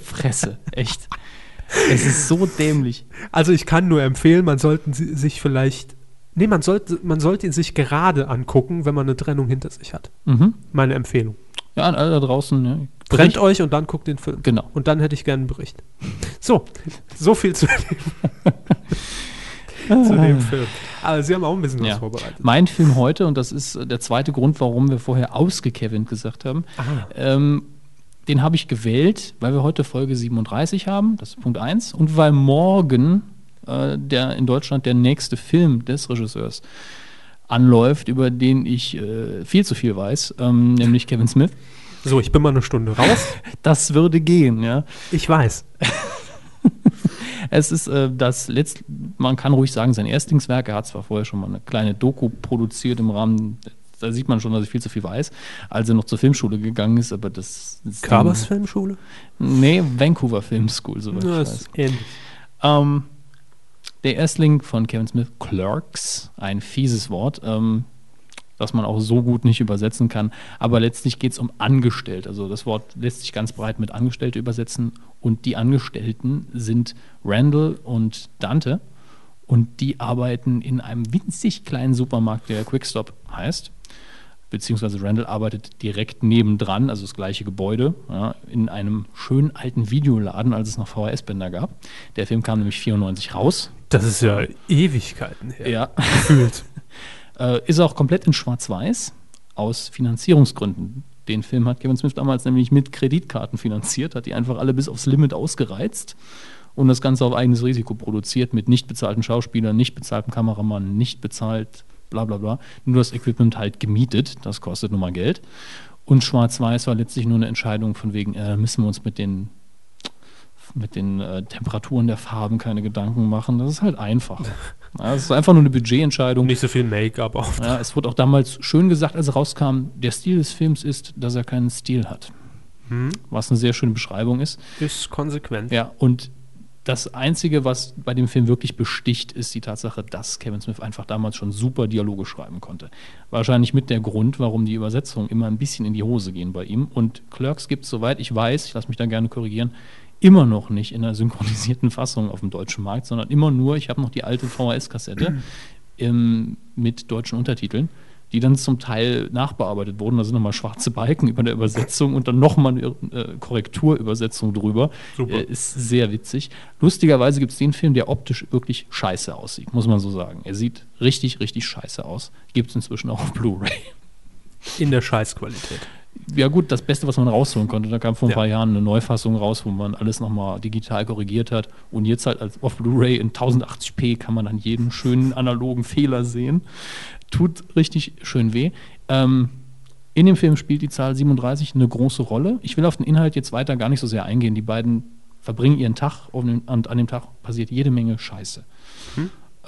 Fresse, echt. es ist so dämlich. Also ich kann nur empfehlen, man sollte si- sich vielleicht. Nee, man sollte, man sollte ihn sich gerade angucken, wenn man eine Trennung hinter sich hat. Mhm. Meine Empfehlung. Ja, an alle da draußen. Ja. Trennt Bericht- euch und dann guckt den Film. Genau. Und dann hätte ich gerne einen Bericht. So, so viel zu dem, zu dem Film. Aber Sie haben auch ein bisschen was Ah. Ja. vorbereitet. Mein Film heute, und das ist äh, der zweite Grund, warum wir vorher ausgekevint gesagt haben, Ah. ähm, den habe ich gewählt, weil wir heute Folge 37 haben, das ist Punkt 1, und weil morgen äh, der in Deutschland der nächste Film des Regisseurs anläuft, über den ich äh, viel zu viel weiß, ähm, nämlich Kevin Smith. So, ich bin mal eine Stunde raus. Das würde gehen, ja. Ich weiß. Es ist äh, das letzte, man kann ruhig sagen, sein Erstlingswerk. Er hat zwar vorher schon mal eine kleine Doku produziert im Rahmen, da sieht man schon, dass ich viel zu viel weiß, als er noch zur Filmschule gegangen ist, aber das ist. Körbers Filmschule? Nee, Vancouver Film School, soweit ich Ja, weiß. ist ähnlich. Ähm, der Erstling von Kevin Smith, Clerks, ein fieses Wort, ähm, das man auch so gut nicht übersetzen kann. Aber letztlich geht es um Angestellt. Also das Wort lässt sich ganz breit mit Angestellte übersetzen. Und die Angestellten sind Randall und Dante. Und die arbeiten in einem winzig kleinen Supermarkt, der Quickstop heißt. Beziehungsweise Randall arbeitet direkt nebendran, also das gleiche Gebäude, ja, in einem schönen alten Videoladen, als es noch VHS-Bänder gab. Der Film kam nämlich 94 raus. Das ist ja Ewigkeiten her. Ja. äh, ist auch komplett in Schwarz-Weiß aus Finanzierungsgründen. Den Film hat Kevin Smith damals nämlich mit Kreditkarten finanziert, hat die einfach alle bis aufs Limit ausgereizt und das Ganze auf eigenes Risiko produziert mit nicht bezahlten Schauspielern, nicht bezahltem Kameramann, nicht bezahlt, bla bla bla. Nur das Equipment halt gemietet, das kostet nun mal Geld. Und Schwarz-Weiß war letztlich nur eine Entscheidung von wegen, äh, müssen wir uns mit den, mit den äh, Temperaturen der Farben keine Gedanken machen. Das ist halt einfach. Ja, das ist einfach nur eine Budgetentscheidung. Nicht so viel Make-up auf. Ja, es wurde auch damals schön gesagt, als er rauskam, der Stil des Films ist, dass er keinen Stil hat. Hm? Was eine sehr schöne Beschreibung ist. Ist konsequent. Ja, und das Einzige, was bei dem Film wirklich besticht, ist die Tatsache, dass Kevin Smith einfach damals schon super Dialoge schreiben konnte. Wahrscheinlich mit der Grund, warum die Übersetzungen immer ein bisschen in die Hose gehen bei ihm. Und Clerks gibt es, soweit ich weiß, ich lasse mich da gerne korrigieren, immer noch nicht in einer synchronisierten Fassung auf dem deutschen Markt, sondern immer nur, ich habe noch die alte VHS-Kassette ähm, mit deutschen Untertiteln die dann zum Teil nachbearbeitet wurden. Da sind nochmal schwarze Balken über der Übersetzung und dann nochmal eine äh, Korrekturübersetzung drüber. Super. Äh, ist sehr witzig. Lustigerweise gibt es den Film, der optisch wirklich scheiße aussieht, muss man so sagen. Er sieht richtig, richtig scheiße aus. Gibt es inzwischen auch auf Blu-ray. In der Scheißqualität. Ja, gut, das Beste, was man rausholen konnte, da kam vor ein Ja. paar Jahren eine Neufassung raus, wo man alles nochmal digital korrigiert hat. Und jetzt halt als auf Blu-ray in 1080p kann man dann jeden schönen analogen Fehler sehen. Tut richtig schön weh. Ähm, in dem Film spielt die Zahl 37 eine große Rolle. Ich will auf den Inhalt jetzt weiter gar nicht so sehr eingehen. Die beiden verbringen ihren Tag auf dem- und an dem Tag passiert jede Menge Scheiße.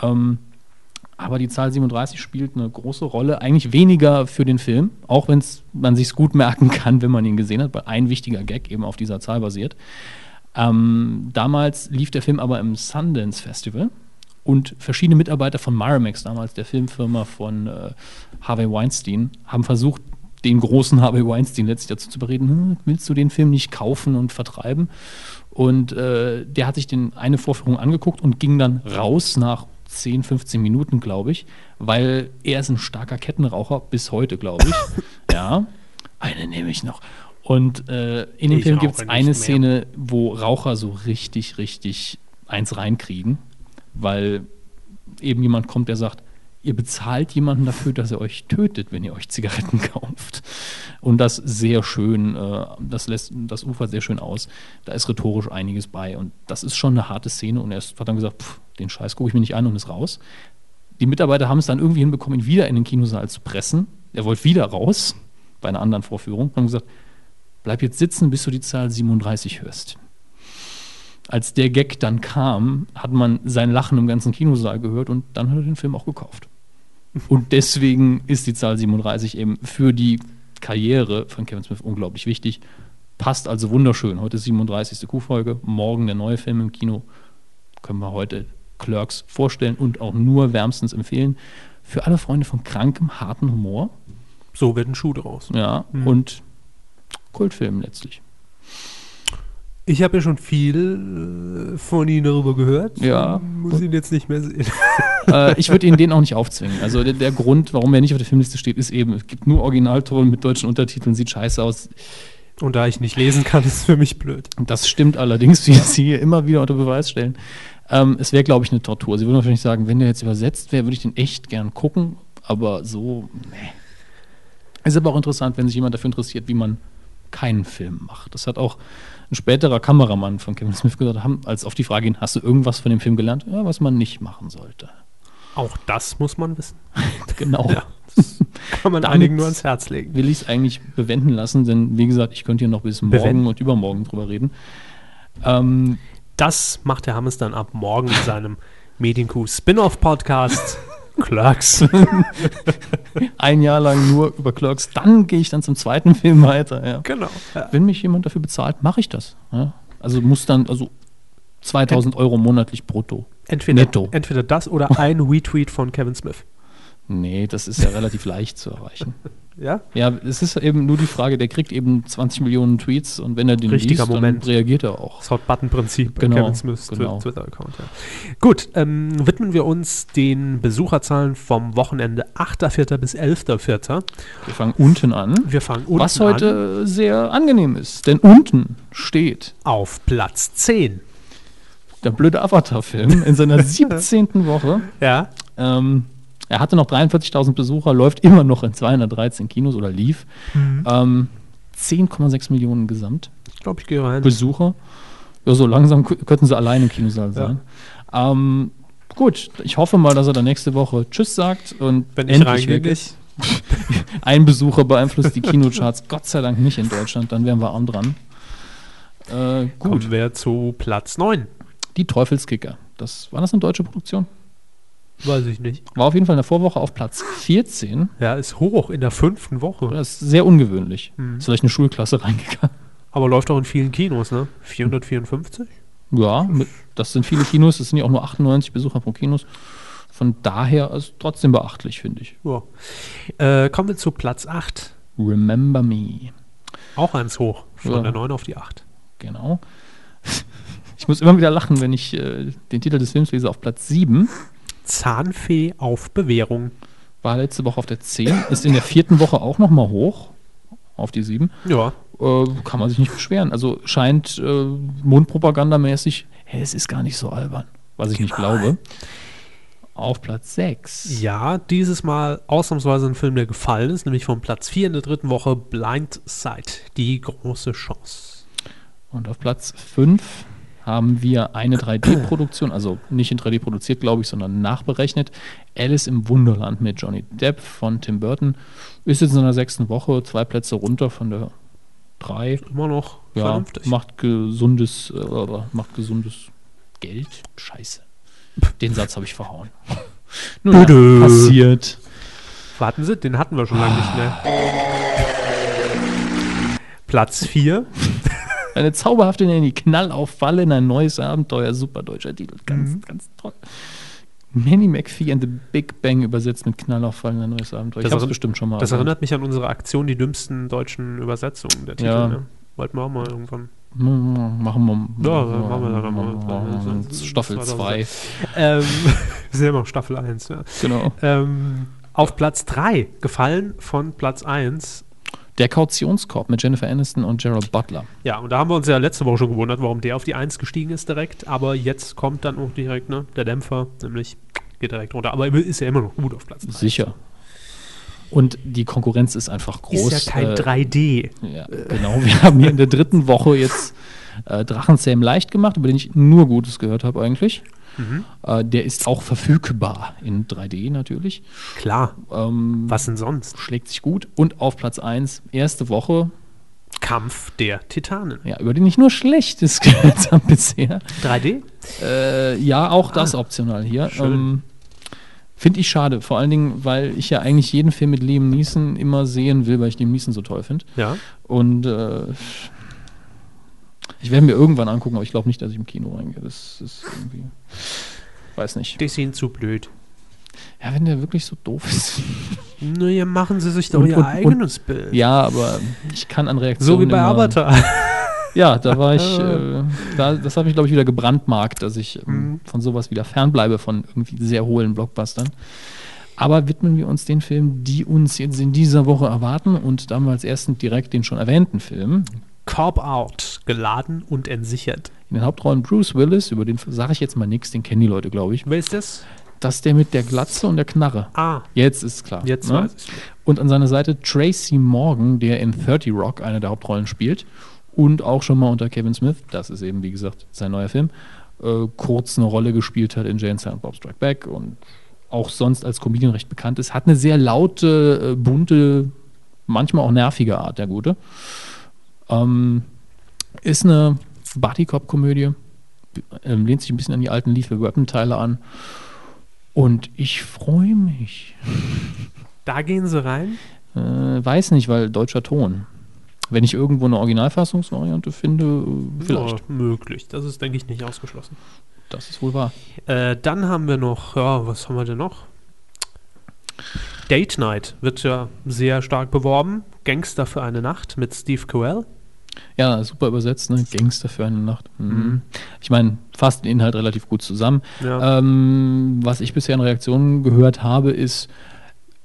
Ähm, aber die Zahl 37 spielt eine große Rolle, eigentlich weniger für den Film, auch wenn man sich gut merken kann, wenn man ihn gesehen hat, weil ein wichtiger Gag eben auf dieser Zahl basiert. Ähm, damals lief der Film aber im Sundance Festival und verschiedene Mitarbeiter von Miramax, damals der Filmfirma von äh, Harvey Weinstein, haben versucht, den großen Harvey Weinstein letztlich dazu zu bereden, hm, willst du den Film nicht kaufen und vertreiben? Und äh, der hat sich den eine Vorführung angeguckt und ging dann raus nach 10, 15 Minuten, glaube ich, weil er ist ein starker Kettenraucher, bis heute, glaube ich. ja, eine nehme ich noch. Und äh, in dem Ich Film rauche gibt es nicht eine mehr. Szene, wo Raucher so richtig, richtig eins reinkriegen, weil eben jemand kommt, der sagt, ihr bezahlt jemanden dafür, dass er euch tötet, wenn ihr euch Zigaretten kauft. Und das sehr schön, äh, das lässt das Ufer sehr schön aus. Da ist rhetorisch einiges bei und das ist schon eine harte Szene und er ist- hat dann gesagt, pff, den Scheiß gucke ich mir nicht an und ist raus. Die Mitarbeiter haben es dann irgendwie hinbekommen, ihn wieder in den Kinosaal zu pressen. Er wollte wieder raus bei einer anderen Vorführung. Haben gesagt, bleib jetzt sitzen, bis du die Zahl 37 hörst als der Gag dann kam, hat man sein Lachen im ganzen Kinosaal gehört und dann hat er den Film auch gekauft. Und deswegen ist die Zahl 37 eben für die Karriere von Kevin Smith unglaublich wichtig. Passt also wunderschön. Heute ist 37. Q-Folge, morgen der neue Film im Kino. Können wir heute Clerks vorstellen und auch nur wärmstens empfehlen. Für alle Freunde von krankem, harten Humor. So wird ein Schuh draus. Ja, und Kultfilm letztlich. Ich habe ja schon viel äh, von Ihnen darüber gehört. Ja. Muss ihn jetzt nicht mehr sehen. äh, ich würde Ihnen den auch nicht aufzwingen. Also der, der Grund, warum er nicht auf der Filmliste steht, ist eben, es gibt nur Originalton mit deutschen Untertiteln, sieht scheiße aus. Und da ich nicht lesen kann, ist es für mich blöd. Und Das stimmt allerdings, wie Sie hier immer wieder unter Beweis stellen. Ähm, es wäre, glaube ich, eine Tortur. Sie würden wahrscheinlich sagen, wenn der jetzt übersetzt wäre, würde ich den echt gern gucken, aber so, nee. Ist aber auch interessant, wenn sich jemand dafür interessiert, wie man keinen Film macht. Das hat auch ein späterer Kameramann von Kevin Smith gesagt, haben, als auf die Frage hin, hast du irgendwas von dem Film gelernt? Ja, was man nicht machen sollte. Auch das muss man wissen. Genau. Ja. Das kann man Damit- einigen nur ans Herz legen. will ich es eigentlich bewenden lassen, denn wie gesagt, ich könnte hier noch bis morgen Bewenden. und übermorgen drüber reden. Ähm, Das macht der Hammes dann ab morgen in seinem Medienkuh-Spin-Off-Podcast. Clerks. ein Jahr lang nur über Clerks, dann gehe ich dann zum zweiten Film weiter. Ja. genau. Ja. Wenn mich jemand dafür bezahlt, mache ich das. Ja. Also muss dann, also 2000 Euro monatlich brutto. Entweder, Netto. entweder das oder ein Retweet von Kevin Smith. Nee, das ist ja relativ leicht zu erreichen. Ja? Ja, es ist eben nur die Frage, der kriegt eben 20 Millionen Tweets und wenn er den Richtiger liest, Moment. dann reagiert er auch. Das Hot-Button-Prinzip bei Genau, Kevin Smiths Twi- genau. Twitter-Account. Ja. Gut, ähm, widmen wir uns den Besucherzahlen vom Wochenende 8.4. bis 11.4. Wir fangen unten an, Wir fangen unten was an heute sehr angenehm ist, denn unten steht auf Platz 10. der blöde Avatar-Film in seiner 17. Woche. Ja, Ähm, er hatte noch 43.000 Besucher, läuft immer noch in 213 Kinos oder lief. Mhm. Ähm, 10,6 Millionen Gesamt ich glaube, ich gehe rein. Besucher. Ja, so langsam k- könnten sie allein im Kinosaal sein. Ähm, gut, ich hoffe mal, dass er dann nächste Woche Tschüss sagt und Wenn ich endlich reingehe, weg gehe ist. Ein Besucher beeinflusst die Kinocharts. Gott sei Dank nicht in Deutschland, dann wären wir arm dran. Äh, gut, Kommen wir zu Platz 9. die Teufelskicker. Das, war das eine deutsche Produktion? Weiß ich nicht. War auf jeden Fall in der Vorwoche auf Platz 14. Ja, ist hoch in der fünften Woche. Das ist sehr ungewöhnlich. Ist vielleicht eine Schulklasse reingegangen. Aber läuft auch in vielen Kinos, ne? 454? Ja, mit, das sind viele Kinos, das sind ja auch nur 98 Besucher pro Kinos. Von daher ist trotzdem beachtlich, finde ich. Ja. Äh, kommen wir zu Platz 8. Remember Me. Auch eins hoch. Von Ja. der 9 auf die 8. Genau. Ich muss immer wieder lachen, wenn ich äh, den Titel des Films lese auf Platz 7. Zahnfee auf Bewährung. War letzte Woche auf der 10, ist in der vierten Woche auch nochmal hoch auf die 7. Ja. Äh, kann man sich nicht beschweren. Also scheint äh, mundpropagandamäßig, hey, es ist gar nicht so albern, was ich nicht glaube. Auf Platz 6. Ja, dieses Mal ausnahmsweise ein Film, der gefallen ist, nämlich von Platz 4 in der dritten Woche Blind Side. Die große Chance. Und auf Platz 5 haben wir eine 3D-Produktion, also nicht in 3D produziert, glaube ich, sondern nachberechnet. Alice im Wunderland mit Johnny Depp von Tim Burton. Ist jetzt in der sechsten Woche, zwei Plätze runter von der 3. Immer noch Ja, vernünftig. macht gesundes, äh, macht gesundes Geld. Scheiße. Den Satz habe ich verhauen. Nun, ja, Dödö. passiert. Warten Sie, den hatten wir schon lange nicht mehr. Platz 4. Eine zauberhafte Nanny, Knall auf Falle in ein neues Abenteuer, super deutscher Titel, ganz, Mhm. ganz toll. Nanny McPhee and the Big Bang übersetzt mit Knall auf Falle in ein neues Abenteuer. Das ich habe erinn- bestimmt schon mal. Das erwähnt. erinnert mich an unsere Aktion, die dümmsten deutschen Übersetzungen der Titel. Ja. Ne? Wollten wir auch mal irgendwann. Mm, Machen wir, Hm, Ja, ja, machen wir dann nochmal. Staffel 2. Ähm, wir sind ja immer auf Staffel 1. Ja. Genau. Ähm, auf Platz 3, gefallen von Platz 1. Der Kautionskorb mit Jennifer Aniston und Gerald Butler. Ja, und da haben wir uns ja letzte Woche schon gewundert, warum der auf die 1 gestiegen ist direkt. Aber jetzt kommt dann auch direkt ne, der Dämpfer, nämlich geht direkt runter. Aber ist ja immer noch gut auf Platz 3. Sicher. Und die Konkurrenz ist einfach groß. ist ja kein Äh, 3D. Ja, genau. Wir haben hier in der dritten Woche jetzt äh, Drachenzähm leicht gemacht, über den ich nur Gutes gehört habe eigentlich. Mhm. Äh, der ist auch verfügbar in 3D natürlich. Klar, Ähm, was denn sonst? schlägt sich gut. Und auf Platz 1, erste Woche, Kampf der Titanen. ja, über den ich nur Schlechtes gehört habe bisher. 3D? Äh, ja, auch das optional hier. Ah, schön. Ähm, finde ich schade. Vor allen Dingen, weil ich ja eigentlich jeden Film mit Liam Neeson immer sehen will, weil ich Liam Neeson so toll finde. Ja. Und äh, ich werde mir irgendwann angucken, aber ich glaube nicht, dass ich im Kino reingehe. Das ist irgendwie. Weiß nicht. Die sind zu blöd. Ja, wenn der wirklich so doof ist. Naja, machen Sie sich doch Und- Ihr und- eigenes Bild. ja, genau. aber ich kann an Reaktionen. so wie bei immer- Avatar. Ja, da war ich. Äh, da, das hat mich, glaube ich, wieder gebrandmarkt, dass ich ähm, Mhm. von sowas wieder fernbleibe, von irgendwie sehr hohlen Blockbustern. Aber widmen wir uns den Filmen, die uns jetzt in dieser Woche erwarten und damals ersten direkt den schon erwähnten Film, Cop Out, geladen und entsichert. In den Hauptrollen Bruce Willis, über den sage ich jetzt mal nichts, den kennen die Leute, glaube ich. Wer ist das? Dass der mit der Glatze und der Knarre. Ah, Jetzt ist klar. jetzt ne? weiß ich. Und an seiner Seite Tracy Morgan, der in 30 Rock eine der Hauptrollen spielt. Und auch schon mal unter Kevin Smith, das ist eben, wie gesagt, sein neuer Film, äh, kurz eine Rolle gespielt hat in Jane Silent Bob Strike Back und auch sonst als Comedian recht bekannt ist. Hat eine sehr laute, äh, bunte, manchmal auch nervige Art, der Gute. Ähm, ist eine Buddy-Cop-Komödie. Ähm, lehnt sich ein bisschen an die alten Lethal Weapon-Teile an. Und ich freue mich. Da gehen Sie rein. Äh, weiß nicht, weil deutscher Ton. Wenn ich irgendwo eine Originalfassungsvariante finde, äh, vielleicht. Ja, möglich. Das ist, denke ich, nicht ausgeschlossen. Das ist wohl wahr. Äh, dann haben wir noch, ja, was haben wir denn noch? Date Night wird ja sehr stark beworben. Gangster für eine Nacht mit Steve Carell. Ja, super übersetzt, ne? Gangster für eine Nacht. Mhm. Ich meine, fasst den Inhalt relativ gut zusammen. Ja. Ähm, was ich bisher in Reaktionen gehört habe, ist,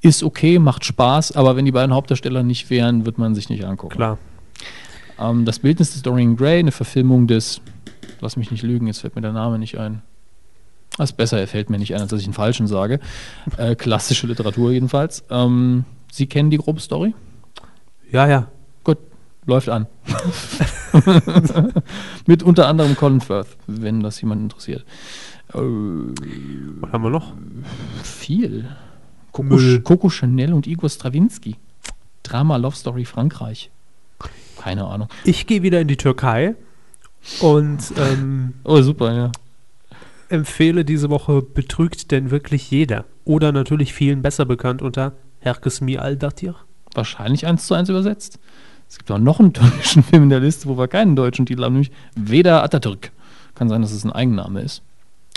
ist okay, macht Spaß, aber wenn die beiden Hauptdarsteller nicht wären, wird man sich nicht angucken. Klar. Ähm, das Bildnis des Dorian Gray, eine Verfilmung des, lass mich nicht lügen, jetzt fällt mir der Name nicht ein. Das ist besser, er fällt mir nicht ein, als dass ich einen falschen sage. Äh, klassische Literatur jedenfalls. Ähm, Sie kennen die grobe Story? Ja, ja. Gut, läuft an. Mit unter anderem Colin Firth, wenn das jemand interessiert. Äh, Was haben wir noch? viel. Coco, Müll. Coco Chanel und Igor Strawinsky. Drama Love Story Frankreich. Keine Ahnung. Ich gehe wieder in die Türkei und ähm, Oh, super, ja. empfehle diese Woche Betrügt denn wirklich jeder? Oder natürlich vielen besser bekannt unter Herkes mi aldatir. Wahrscheinlich eins zu eins übersetzt. Es gibt auch noch einen türkischen Film in der Liste, wo wir keinen deutschen Titel haben, nämlich Veda Atatürk. Kann sein, dass es ein Eigenname ist.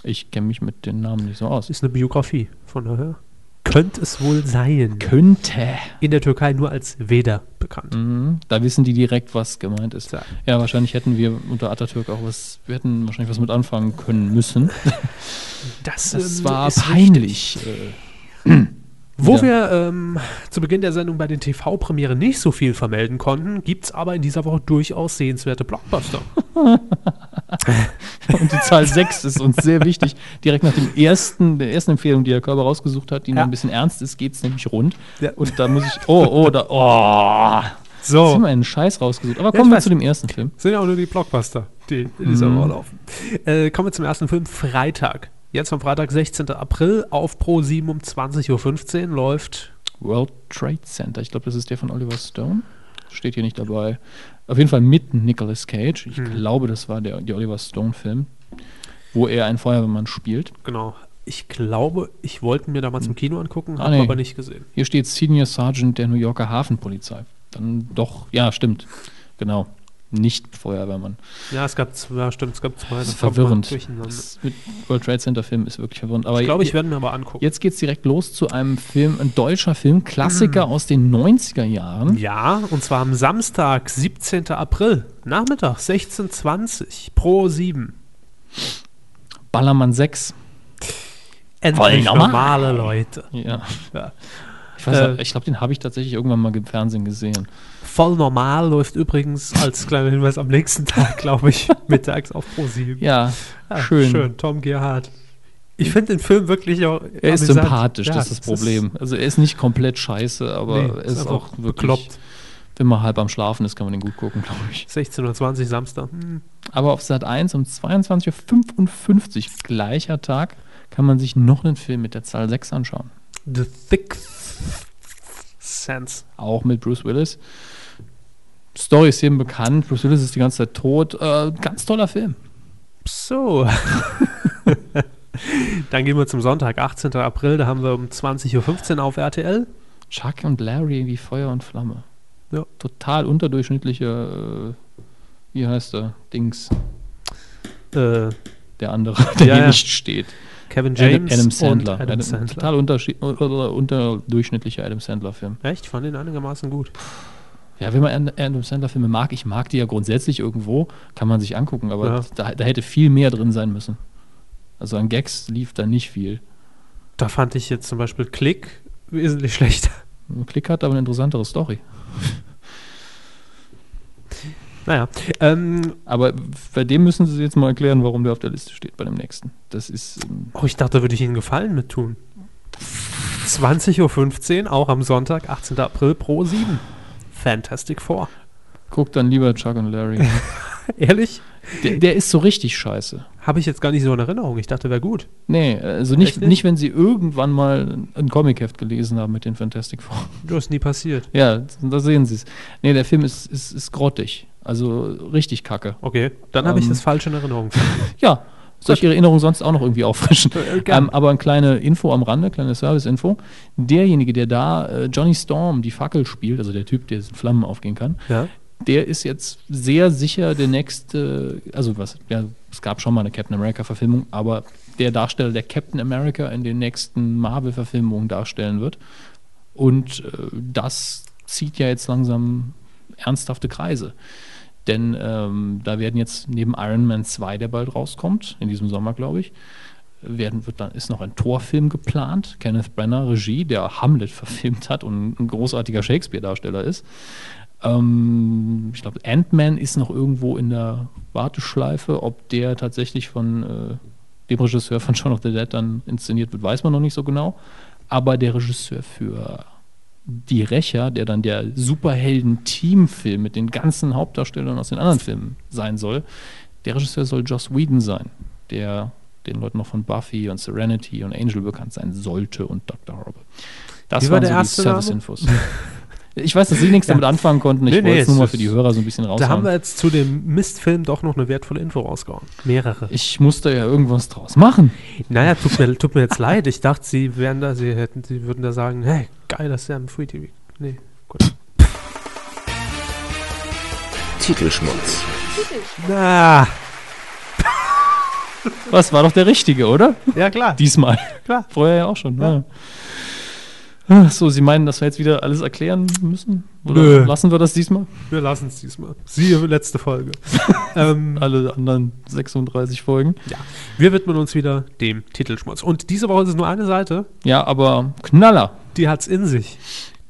Ich kenne mich mit den Namen nicht so aus. Ist eine Biografie, von daher. Könnte es wohl sein. Könnte. In der Türkei nur als Weder bekannt. Mhm, Da wissen die direkt, was gemeint ist. Klar. Ja, wahrscheinlich hätten wir unter Atatürk auch was, wir hätten wahrscheinlich was mit anfangen können müssen. Das, Das ähm, war ist peinlich. Äh, Wo Ja. wir ähm, zu Beginn der Sendung bei den TV-Premieren nicht so viel vermelden konnten, gibt es aber in dieser Woche durchaus sehenswerte Blockbuster. Und die Zahl 6 ist uns sehr wichtig. Direkt nach dem ersten, der ersten Empfehlung, die Herr Körber rausgesucht hat, die noch Ja. ein bisschen ernst ist, geht es nämlich rund. Ja. Und da muss ich. Oh, oh, da. Oh. Jetzt haben So, wir einen Scheiß rausgesucht. Aber Ja, kommen ich wir weiß. zu dem ersten Film. sind ja auch nur die Blockbuster, die in dieser Mhm. Woche laufen. Äh, kommen wir zum ersten Film, Freitag. Jetzt am Freitag, 16. April, auf Pro 7 um 20.15 Uhr läuft World Trade Center. Ich glaube, das ist der von Oliver Stone. Steht hier nicht dabei. Auf jeden Fall mit Nicolas Cage. Hm. Ich glaube, das war der, der Oliver Stone-Film, wo er einen Feuerwehrmann spielt. Genau. Ich glaube, ich wollte mir damals im Kino angucken, Ah, habe nee. aber nicht gesehen. Hier steht Senior Sergeant der New Yorker Hafenpolizei. Dann doch, ja, stimmt. Genau. Nicht Feuerwehrmann. Ja, es gab zwei, ja, stimmt, es gab zwei. Das ist dann kommt man verwirrend. durcheinander. Das mit World Trade Center Film ist wirklich verwirrend. Aber Ich glaube, ich werde mir aber angucken. jetzt geht's direkt los zu einem Film, ein deutscher Film, Klassiker aus den 90er Jahren. Mhm. Ja, und zwar am Samstag, 17. April, Nachmittag, 16.20 Pro 7. Ballermann 6. Voll Endlich normal. normale Leute. Ja. Ja. Ich, weiß Äh. noch, ich glaube, den habe ich tatsächlich irgendwann mal im Fernsehen gesehen. Voll normal läuft übrigens als kleiner Hinweis am nächsten Tag, glaube ich, mittags auf Pro 7. Ja, Ja, schön. Ah, Schön, Tom Gerhardt. Ich finde den Film wirklich auch. Er ist amüsant. sympathisch, Ja, das ist das es ist- Problem. also er ist nicht komplett scheiße, aber Nee, er ist, einfach auch wirklich, bekloppt. wenn man halb am Schlafen ist, kann man den gut gucken, glaube ich. 16.20 Uhr Samstag. Hm. Aber auf Sat 1 um 22.55 Uhr, gleicher Tag, kann man sich noch einen Film mit der Zahl 6 anschauen. The Sixth Sense. Auch mit Bruce Willis. Story ist jedem bekannt, Bruce Willis ist die ganze Zeit tot. Äh, ganz toller Film. So. Dann gehen wir zum Sonntag, 18. April. Da haben wir um 20.15 Uhr auf RTL. Chuck und Larry wie Feuer und Flamme. Ja. Total unterdurchschnittliche, äh, wie heißt der, Dings, Äh, der andere, der Ja, hier ja. nicht steht. Kevin James Adam, Adam Sandler. und Adam, Sandler. Total unterschied- oder unterdurchschnittlicher Adam Sandler-Film. Echt? Ich fand ihn einigermaßen gut. Ja, wenn man An- Adam Sandler-Filme mag, ich mag die ja grundsätzlich irgendwo, kann man sich angucken, aber Ja. da, da hätte viel mehr drin sein müssen. Also an Gags lief da nicht viel. Da fand ich jetzt zum Beispiel Click wesentlich schlechter. Ein Klick hat aber eine interessantere Story. Naja, ähm, Aber bei dem müssen sie jetzt mal erklären, warum der auf der Liste steht bei dem nächsten. Das ist ähm, oh, ich dachte, da würde ich Ihnen Gefallen mit tun. 20.15 Uhr, auch am Sonntag, 18. April, Pro 7. Fantastic Four. Guck dann lieber Chuck und Larry. Ehrlich? der, der ist so richtig scheiße. Habe ich jetzt gar nicht so in Erinnerung. Ich dachte, wäre gut. Nee, also nicht, Echt nicht? nicht, wenn sie irgendwann mal ein Comicheft gelesen haben mit den Fantastic Four. Das ist nie passiert. Ja, da sehen sie es. Nee, der Film ist, ist, ist grottig. Also richtig kacke. Okay, dann habe ich Ähm. das falsch in Erinnerung. Ja, soll ich Ihre Erinnerung sonst auch noch irgendwie auffrischen? Äh, gern. ähm, aber eine kleine Info am Rande, kleine Service-Info. Derjenige, der da äh, Johnny Storm die Fackel spielt, also der Typ, der in Flammen aufgehen kann, Ja. der ist jetzt sehr sicher der nächste, also was, ja, es gab schon mal eine Captain America-Verfilmung, aber der Darsteller, der Captain America in den nächsten Marvel-Verfilmungen darstellen wird. Und äh, das zieht ja jetzt langsam ernsthafte Kreise. Denn ähm, da werden jetzt neben Iron Man 2, der bald rauskommt, in diesem Sommer, glaube ich, werden, wird dann, ist noch ein Torfilm geplant. Kenneth Brenner, Regie, der Hamlet verfilmt hat und ein großartiger Shakespeare-Darsteller ist. Ähm, ich glaube, Ant-Man ist noch irgendwo in der Warteschleife. Ob der tatsächlich von äh, dem Regisseur von Shaun of the Dead dann inszeniert wird, weiß man noch nicht so genau. Aber der Regisseur für Die Rächer, der dann der Superhelden-Teamfilm mit den ganzen Hauptdarstellern aus den anderen Filmen sein soll, der Regisseur soll Joss Whedon sein, der den Leuten noch von Buffy und Serenity und Angel bekannt sein sollte und Dr. Horrible. Das Wie war waren der so die erste Name? Service-Infos. ich weiß, dass Sie nichts Ja. damit anfangen konnten. Ich Nee, nee, wollte es nur es mal ist- für die Hörer so ein bisschen raushauen. Da haben wir jetzt zu dem Mistfilm doch noch eine wertvolle Info rausgehauen. Mehrere. ich musste ja irgendwas draus machen. Naja, tut mir, tut mir jetzt leid. Ich dachte, sie wären da, sie hätten, sie würden da sagen, hey, geil, das ist ja im Free TV. Nee, gut. Titelschmutz. Na, Was war doch der richtige, oder? ja klar. Diesmal. Klar. Vorher ja auch schon. Ja. Ja. Ach So, Sie meinen, dass wir jetzt wieder alles erklären müssen? Oder Nö. lassen wir das diesmal? wir lassen es diesmal. Siehe letzte Folge. ähm, Alle anderen 36 Folgen. ja. Wir widmen uns wieder dem Titelschmutz. Und diese Woche ist es nur eine Seite, Ja, aber Knaller. die hat's in sich.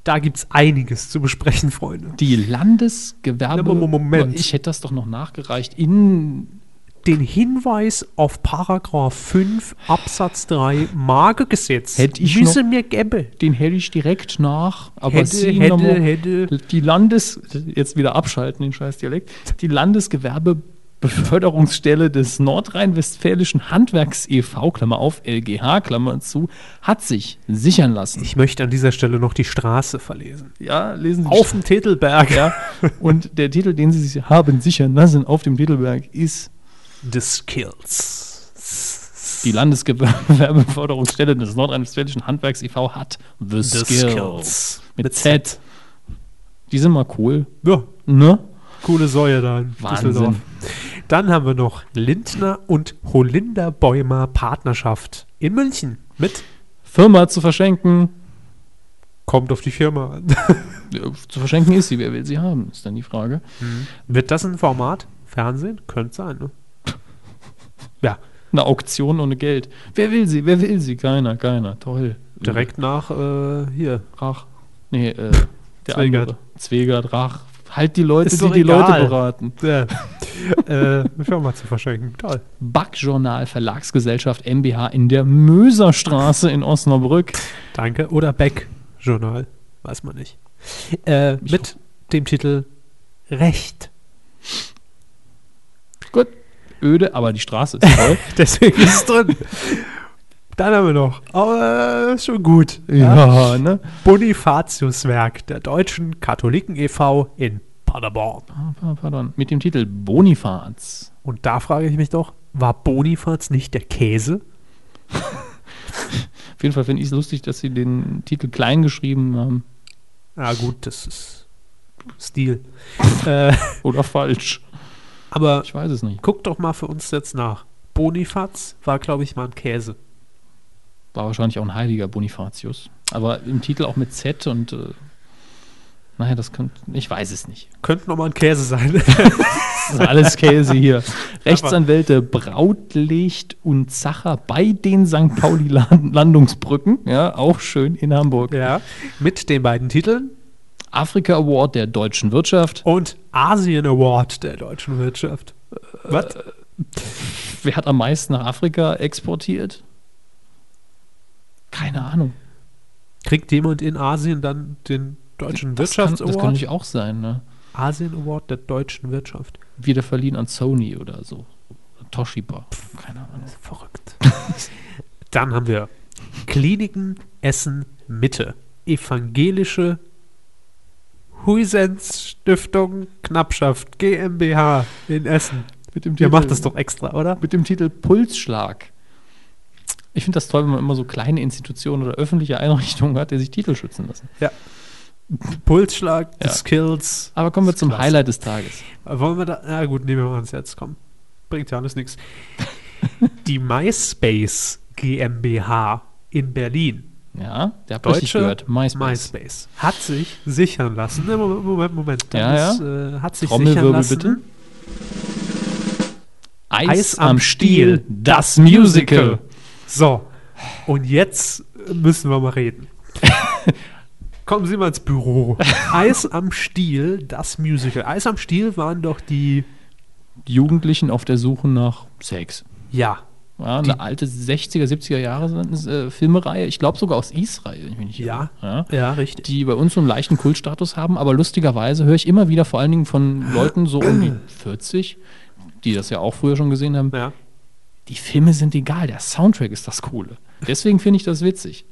Da gibt's einiges zu besprechen, Freunde. Die Landesgewerbe. Na, Mo- Moment. Ich hätte das doch noch nachgereicht. In. Den Hinweis auf Paragraph 5 Absatz 3 Magegesetz Hätte ich müsse mir gäbe. Den hätte ich direkt nach. Aber Hätte, Sie hätte, noch mal- hätte. Die Landes. Jetzt wieder abschalten, den scheiß Dialekt. Die Landesgewerbebeförderungsstelle des Nordrhein-Westfälischen Handwerks e.V., Klammer auf, LGH, Klammer zu, hat sich sichern lassen. Ich möchte an dieser Stelle noch die Straße verlesen. Ja, lesen Sie Auf dem Titelberg. Ja. Und der Titel, den Sie sich haben sichern lassen auf dem Titelberg, ist des Skills. Die Landesgewerbeförderungsstelle des Nordrhein-Westfälischen Handwerks e.V. hat The, The Skills. Skills. Mit Z. Die sind mal cool. Ja, Ne? coole Säue da in Wahnsinn. Düsseldorf. Dann haben wir noch Lindner und Holinder Bäumer Partnerschaft in München mit Firma zu verschenken. Kommt auf die Firma an. Äh, Zu verschenken ist sie. Wer will sie haben, ist dann die Frage. Wird das ein Format? Fernsehen? Könnte sein, ne? Ja, Eine Auktion ohne Geld. Wer will sie? Wer will sie? Keiner, keiner. Toll. direkt nach äh, hier. Rach. Nee, äh, der Zwegert. andere. Zwegert, Rach. Halt die Leute, Ist die doch die egal. Leute beraten. Äh, äh, eine Firma zu verschenken. Toll. Backjournal Verlagsgesellschaft MBH in der Möserstraße in Osnabrück. Danke. Oder Beck-Journal. Weiß man nicht. Äh, mit dem Titel Recht. Gut. Öde, aber die Straße ist toll. Deswegen ist es drin. Dann haben wir noch. Aber äh, ist schon gut. ja, ne? Bonifatiuswerk der Deutschen Katholiken e.V. in Paderborn. Ah, pa- Pardon. Mit dem Titel Bonifaz. Und da frage ich mich doch, war Bonifaz nicht der Käse? Auf jeden Fall finde ich es lustig, dass sie den Titel klein geschrieben haben. Na gut, das ist Stil. äh, Oder falsch. aber Ich weiß es nicht. guck doch mal für uns jetzt nach. Bonifaz war, glaube ich, mal ein Käse. War wahrscheinlich auch ein heiliger Bonifatius. Aber im Titel auch mit Z und. Äh, naja, das könnte. Ich weiß es nicht. Könnte nochmal ein Käse sein. Das ist alles Käse hier. Rechtsanwälte Brautlicht und Zacher bei den St. Pauli-Landungsbrücken. Ja, auch schön in Hamburg. ja. Mit den beiden Titeln Afrika Award der deutschen Wirtschaft. und Asien Award der deutschen Wirtschaft. Äh, Was? Wer hat am meisten nach Afrika exportiert? Keine Ahnung. Kriegt jemand in Asien dann den deutschen Das kann, das kann Wirtschaftsaward? natürlich auch sein. Ne? Asien Award der deutschen Wirtschaft. Wieder verliehen an Sony oder so. Toshiba. Keine Ahnung. Verrückt. Dann haben wir Kliniken Essen Mitte. Evangelische Huisens Stiftung Knappschaft GmbH in Essen. Mit dem Ihr macht das doch extra, oder? mit dem Titel Pulsschlag. Ich finde das toll, wenn man immer so kleine Institutionen oder öffentliche Einrichtungen hat, die sich Titel schützen lassen. Pulsschlag, die Ja. Skills. Aber kommen wir Ist zum klasse. Highlight des Tages. Wollen wir da. Na gut, nehmen wir uns jetzt. Komm. Bringt ja alles nichts. Die MySpace GmbH in Berlin Ja, der habt richtig Deutsche gehört. MySpace. MySpace. Hat sich sichern lassen. Ne, Moment, Moment, Moment. Da Ja, muss, Äh, hat sich sichern Trommelwirbel lassen. bitte. Eis, Eis am am Stiel, Stiel, das Musical. So, und jetzt müssen wir mal reden. Kommen Sie mal ins Büro. Eis am Stiel, das Musical. Eis am Stiel waren doch die, Die Jugendlichen auf der Suche nach Sex. ja, Ja, eine alte 60er, 70er Jahre äh, Filmereihe, ich glaube sogar aus Israel, wenn ich mich nicht Ja. irre. ja. ja, richtig. Die bei uns so einen leichten Kultstatus haben, aber lustigerweise höre ich immer wieder vor allen Dingen von Leuten so um die 40, die das ja auch früher schon gesehen haben, Ja. die Filme sind egal, der Soundtrack ist das Coole. Deswegen finde ich das witzig.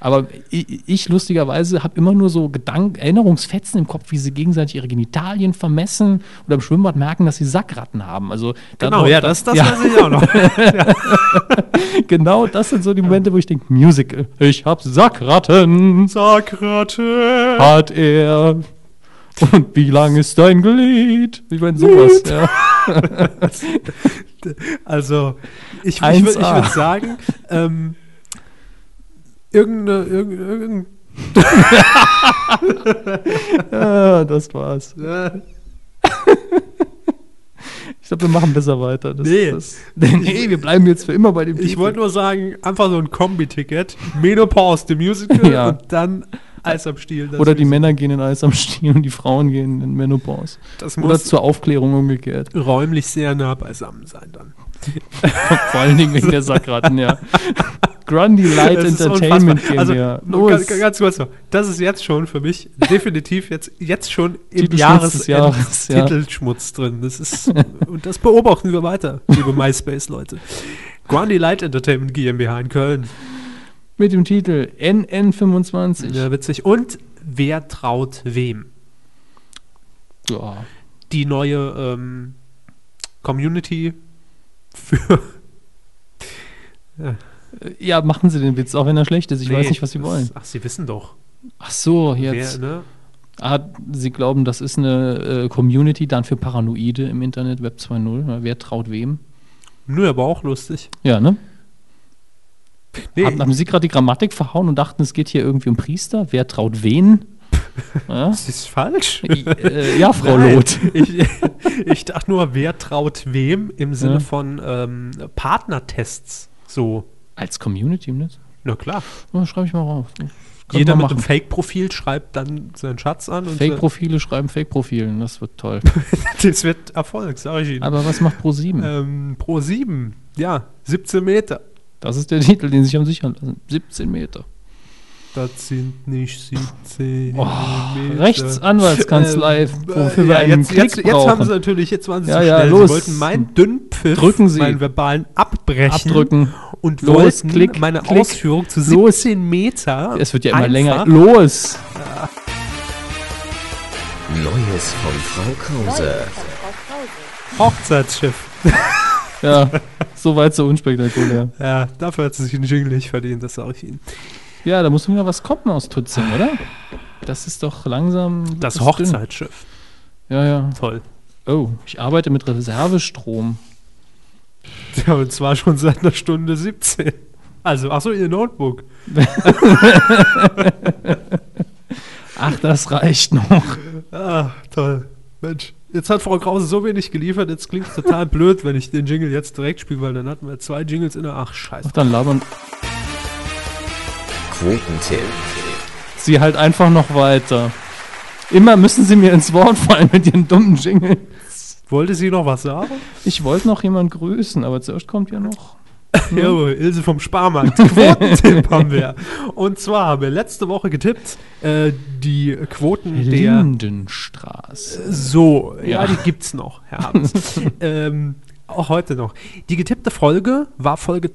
Aber ich, ich lustigerweise habe immer nur so Gedanken, Erinnerungsfetzen im Kopf, wie sie gegenseitig ihre Genitalien vermessen oder im Schwimmbad merken, dass sie Sackratten haben. Also Genau, dadurch- ja, das, das ja. weiß ich auch noch. genau, das sind so die Momente, wo ich denke, Musical, ich hab Sackratten, Sackrate. hat er. Und wie lang ist dein Glied? Ich meine, sowas. Ja. Also, ich, ich, wür- 1A. ich würde sagen, ähm, irgendeine, irgendeine, irgendeine ja, das war's. äh, Ich glaube, wir machen besser weiter. Das, Nee. Das, nee, wir bleiben jetzt für immer bei dem Ich Titel. wollte nur sagen, einfach so ein Kombi-Ticket. Menopause, the Musical Ja. und dann Eis am Stiel. das Oder die Musical. Männer gehen in Eis am Stiel und die Frauen gehen in Menopause. Das Oder muss zur Aufklärung umgekehrt. räumlich sehr nah beisammen sein dann. Vor allen Dingen wegen der Sackratten, ja. Grundy Light Das ist Entertainment unfassbar. gehen also, wir. nur Ganz, ganz kurz noch. Das ist jetzt schon für mich definitiv jetzt, jetzt schon im Titelschmutz Jahres des Jahres, ja. Titelschmutz drin. Das ist, und das beobachten wir weiter, liebe MySpace-Leute. Grundy Light Entertainment GmbH in Köln. Mit dem Titel NN25. Ja, witzig. Und wer traut wem? Ja. die neue ähm, Community für. ja, machen Sie den Witz, auch wenn er schlecht ist. Ich weiß Nee, nicht, was Sie das- wollen. Ach, sie wissen doch. Ach so, jetzt. Wer, ne? Ah, Sie glauben, das ist eine äh, Community dann für Paranoide im Internet, Web 2.0. Ja, Wer traut wem? Nö, aber auch lustig. Ja, ne? Nee, Haben, haben Sie gerade die Grammatik verhauen und dachten, es geht hier irgendwie um Priester? Wer traut wen? Ja, das ist falsch. äh, ja Frau Nein. Loth. Ich, ich dachte nur, wer traut wem im Sinne Ja. von ähm, Partnertests. So, Als Community im Netz? na klar. Oh, schreibe ich mal rauf. Kann Jeder man mit einem Fake-Profil schreibt dann seinen Schatz an und äh, Fake-Profile schreiben Fake-Profilen, das wird toll. das wird Erfolg, sag ich Ihnen. Aber was macht Pro7? ähm, pro 7, ja, 17 Meter. Das ist der Titel, den sie sich haben sichern lassen. 17 Meter. Das sind nicht 17 Oh, Meter. Ähm, Rechtsanwaltskanzlei, wofür ja, wir einen jetzt, Klick jetzt, jetzt brauchen. haben sie natürlich, jetzt waren sie Ja, zu ja, schnell. los. Sie wollten meinen dünnen Pfiff, Drücken Sie. meinen verbalen abbrechen Abdrücken. und Los, wollten klick, meine klick. Ausführung zu 17 Los. Meter. Es wird ja immer einfach- länger. Los! Neues von Frau Krause. Hochzeitsschiff. Ja, soweit so unspektakulär. Ja, dafür hat sie sich einen Jingle nicht verdient, das sage ich Ihnen. Ja, da muss wieder was kommen aus Tutzing, oder? Das ist doch langsam. Das halt. dünn. Hochzeitsschiff. Ja, ja. Toll. Oh, ich arbeite mit Reservestrom. Ja, und zwar schon seit einer Stunde 17. Also, achso, Ihr Notebook. Ach, das reicht noch. Ah, toll. Mensch, jetzt hat Frau Krause so wenig geliefert, jetzt klingt es total blöd, wenn ich den Jingle jetzt direkt spiele, weil dann hatten wir zwei Jingles in der. Ach, scheiße. Ach, dann labern Quotentipp. sie halt einfach noch weiter. Immer müssen sie mir ins Wort fallen mit ihren dummen Jingle. Wollte sie noch was sagen? Ich wollte noch jemanden grüßen, aber zuerst kommt ja noch. Jawohl, Hm? Ilse vom Sparmarkt. Quotentipp haben wir. Und zwar haben wir letzte Woche getippt, äh, die Quoten der. Lindenstraße. So, ja, Ja. die gibt's noch, Herr Abends. ähm, auch heute noch. Die getippte Folge war Folge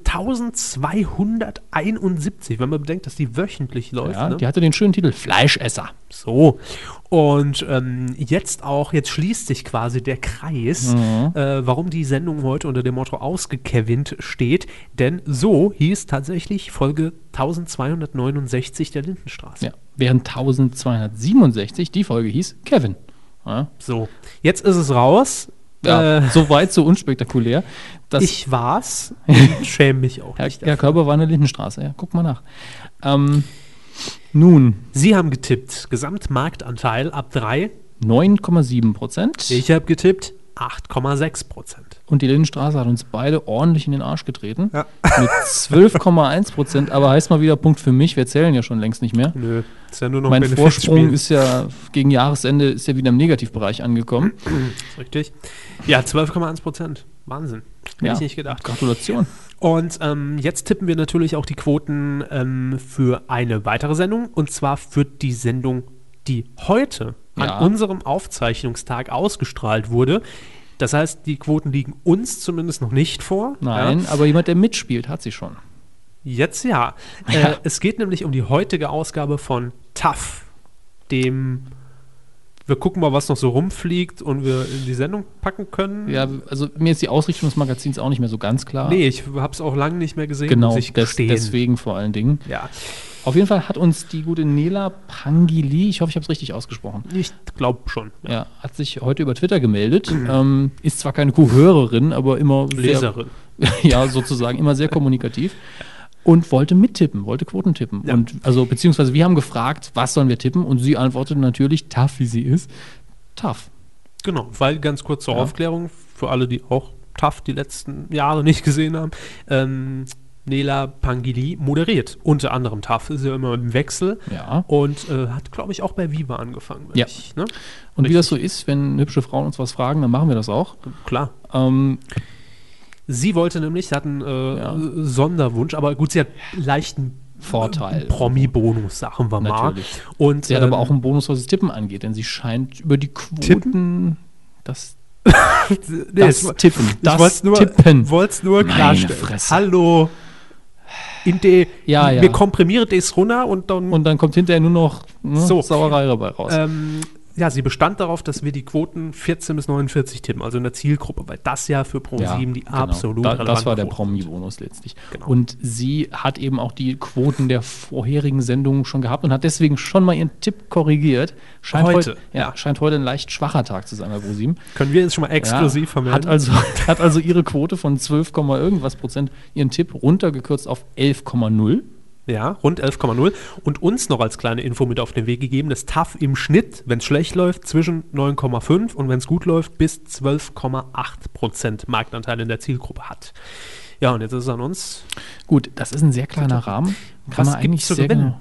1271, wenn man bedenkt, dass die wöchentlich läuft. Ja, ne? die hatte den schönen Titel Fleischesser. So. Und ähm, jetzt auch, jetzt schließt sich quasi der Kreis, Mhm. äh, warum die Sendung heute unter dem Motto ausgekevint steht. Denn so hieß tatsächlich Folge 1269 der Lindenstraße. Ja. Während 1267 die Folge hieß Kevin. Ja, So, jetzt ist es raus. ja Äh, soweit so unspektakulär. dass ich war's und schäme mich auch Herr, nicht. Herr dafür. Körber war in der Lindenstraße. Ja, guck mal nach. Ähm, nun, Sie haben getippt, Gesamtmarktanteil ab 3. 9,7 Prozent. Ich habe getippt 8,6 Prozent. Und die Lindenstraße hat uns beide ordentlich in den Arsch getreten. Mit 12,1 Prozent. Aber heißt mal wieder Punkt für mich. Wir zählen ja schon längst nicht mehr. Nö, ist ja nur noch mein Benefizspiel. Vorsprung ist ja gegen Jahresende ist ja wieder im Negativbereich angekommen. Richtig. Ja, 12,1 Prozent. Wahnsinn. Hätte Ja. ich nicht gedacht. Gratulation. Und ähm, jetzt tippen wir natürlich auch die Quoten ähm, für eine weitere Sendung. Und zwar für die Sendung, die heute Ja. an unserem Aufzeichnungstag ausgestrahlt wurde. Das heißt, die Quoten liegen uns zumindest noch nicht vor. Nein, Ja. aber jemand, der mitspielt, hat sie schon. Jetzt ja. Äh, Ja. es geht nämlich um die heutige Ausgabe von TAF, dem wir gucken mal, was noch so rumfliegt und wir in die Sendung packen können. Ja, also mir ist die Ausrichtung des Magazins auch nicht mehr so ganz klar. Nee, ich hab's auch lange nicht mehr gesehen, genau, muss ich des, gestehen. deswegen vor allen Dingen. Ja, Auf jeden Fall hat uns die gute Nela Pangili, ich hoffe, ich habe es richtig ausgesprochen, ich glaube schon. ja, hat sich heute über Twitter gemeldet. Ähm, ist zwar keine Kuhhörerin, aber immer sehr- Leserin. ja, sozusagen, immer sehr kommunikativ. Und wollte mittippen, wollte Quoten tippen. Ja. Und also, beziehungsweise wir haben gefragt, was sollen wir tippen? Und sie antwortete natürlich, tough wie sie ist, tough. Genau, weil ganz kurz zur Ja. Aufklärung, für alle, die auch TAF die letzten Jahre nicht gesehen haben, ähm, Nela Pangili moderiert. Unter anderem TAF ist ja immer im Wechsel Ja. und äh, hat, glaube ich, auch bei Viva angefangen. wenn Ja. Ich, ne? Und wie das so ist, wenn hübsche Frauen uns was fragen, dann machen wir das auch. Klar. Ähm, Sie wollte nämlich, sie hat einen äh, Ja. Sonderwunsch, aber gut, sie hat leichten Vorteil. Promi-Bonus, sagen wir mal. Also, Natürlich. Und, sie hat ähm, aber auch einen Bonus, was das Tippen angeht, denn sie scheint über die Quoten das, nee, das es- Tippen, ich das wollt's nur, Tippen. wollt's nur Meine klarstellen. Fresse. Hallo. In de, Ja, ja. Wir komprimieren das runter und dann. Und dann kommt hinterher nur noch ne, So. Sauerei dabei raus. ähm, ja, sie bestand darauf, dass wir die Quoten 14 bis 49 tippen, also in der Zielgruppe, weil das ja für Pro7 die genau. absolut da, Das relevanten war der Quoten Promi-Bonus letztlich. Genau. Und sie hat eben auch die Quoten der vorherigen Sendungen schon gehabt und hat deswegen schon mal ihren Tipp korrigiert. Scheint Heute, ja, ja. scheint heute ein leicht schwacher Tag zu sein bei ProSieben. Können wir jetzt schon mal exklusiv vermelden? Hat also, hat also ihre Quote von 12, Komma irgendwas Prozent, ihren Tipp runtergekürzt auf 11,0. Ja, rund 11,0. Und uns noch als kleine Info mit auf den Weg gegeben, dass TAF im Schnitt, wenn es schlecht läuft, zwischen 9,5 und wenn es gut läuft, bis 12,8% Marktanteil in der Zielgruppe hat. Ja, und jetzt ist es an uns. Gut, das ist ein sehr kleiner Rahmen. Was gibt's zu gewinnen? genau-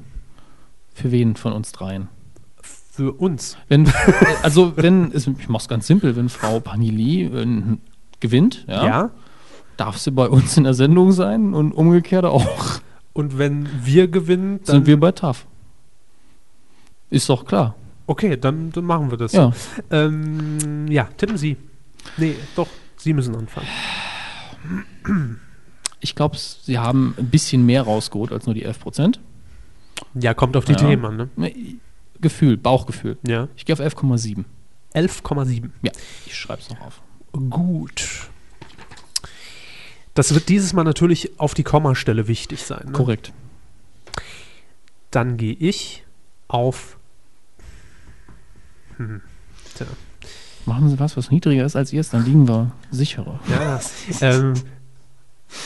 Für wen von uns dreien? Für uns. Wenn, also wenn, es- ich mach's ganz simpel, wenn Frau Panili äh, gewinnt, ja, darf sie bei uns in der Sendung sein und umgekehrt auch. Und wenn wir gewinnen, dann. Sind wir bei TAF. Ist doch klar. okay, dann, dann machen wir das. Ja. ähm, ja tippen Sie. Nee, doch, Sie müssen anfangen. Ich glaube, sie haben ein bisschen mehr rausgeholt als nur die 11 Prozent. Ja, kommt auf die Ja. Themen an, ne? Gefühl, Bauchgefühl. Ja. Ich gehe auf 11,7. 11,7. Ja, ich schreib's noch auf. Gut. Das wird dieses Mal natürlich auf die Kommastelle wichtig sein. Ne? Korrekt. Dann gehe ich auf. Hm. Tja. Machen Sie was, was niedriger ist als ihr, dann liegen wir sicherer. Ja, ähm,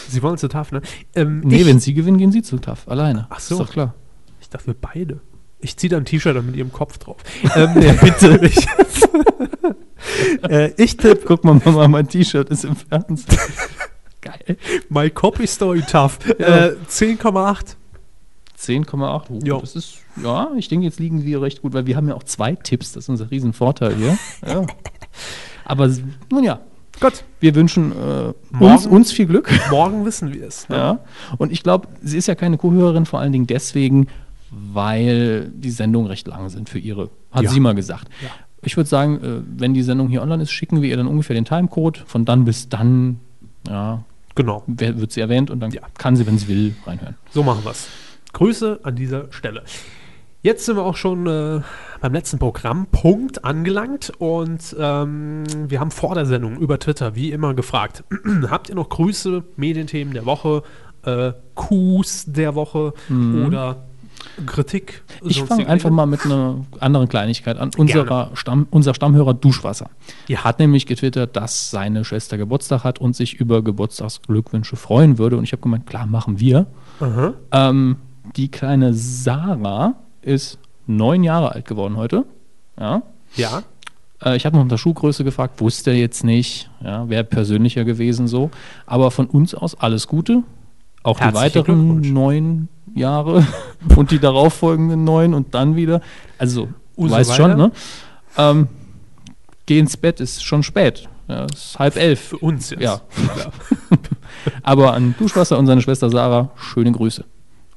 Sie wollen zu TAF, ne? Ähm, Nee, ich, wenn Sie gewinnen, gehen Sie zu TAF. Alleine. Ach so. Ist doch klar. ich dachte, wir beide. Ich ziehe da ein T-Shirt dann mit Ihrem Kopf drauf. ähm, nee, bitte nicht. äh, ich tippe Guck mal, Mama, mein T-Shirt ist im Fernsehen. Geil. My Copy Story TAF. Ja. Äh, 10,8. 10,8. Uh, Ja. Das ist, ja, ich denke, jetzt liegen wir recht gut, weil wir haben ja auch zwei Tipps. Das ist unser Riesenvorteil hier. Ja. Aber nun ja, Gott, wir wünschen äh, uns, Morgen- uns viel Glück. morgen wissen wir es. Ne? Ja. Und ich glaube, sie ist ja keine Kuhhörerin, vor allen Dingen deswegen, weil die Sendungen recht lang sind für ihre, hat Ja. sie mal gesagt. Ich würde sagen, äh, wenn die Sendung hier online ist, schicken wir ihr dann ungefähr den Timecode. Von dann bis dann ja, Genau. wer- wird sie erwähnt und dann Ja. kann sie, wenn sie will, reinhören. So machen wir's. Grüße an dieser Stelle. Jetzt sind wir auch schon äh, beim letzten Programmpunkt angelangt und ähm, wir haben vor der Sendung über Twitter wie immer gefragt, habt ihr noch Grüße, Medienthemen der Woche, äh, Coups der Woche oder Kritik? Mhm. Ich sonstige fange Dinge? einfach mal mit einer anderen Kleinigkeit an. Unserer Stamm, unser Stammhörer Duschwasser Ja. hat nämlich getwittert, dass seine Schwester Geburtstag hat und sich über Geburtstagsglückwünsche freuen würde. Und ich habe gemeint, klar, machen wir. Aha. Ähm, die kleine Sarah ist neun Jahre alt geworden heute. Ja. Ja, Äh, ich habe noch unter Schuhgröße gefragt, wusste er jetzt nicht. Ja, wäre persönlicher gewesen so. Aber von uns aus alles Gute. Auch die Herzlichen weiteren Glückwunsch. neun Jahre und die darauffolgenden neun und dann wieder. Also, Und du so weißt schon, weiter. ne? Ähm, geh ins Bett, ist schon spät. Ja, ist halb elf. für uns jetzt. Ja. Aber an Duschwasser und seine Schwester Sarah, schöne Grüße.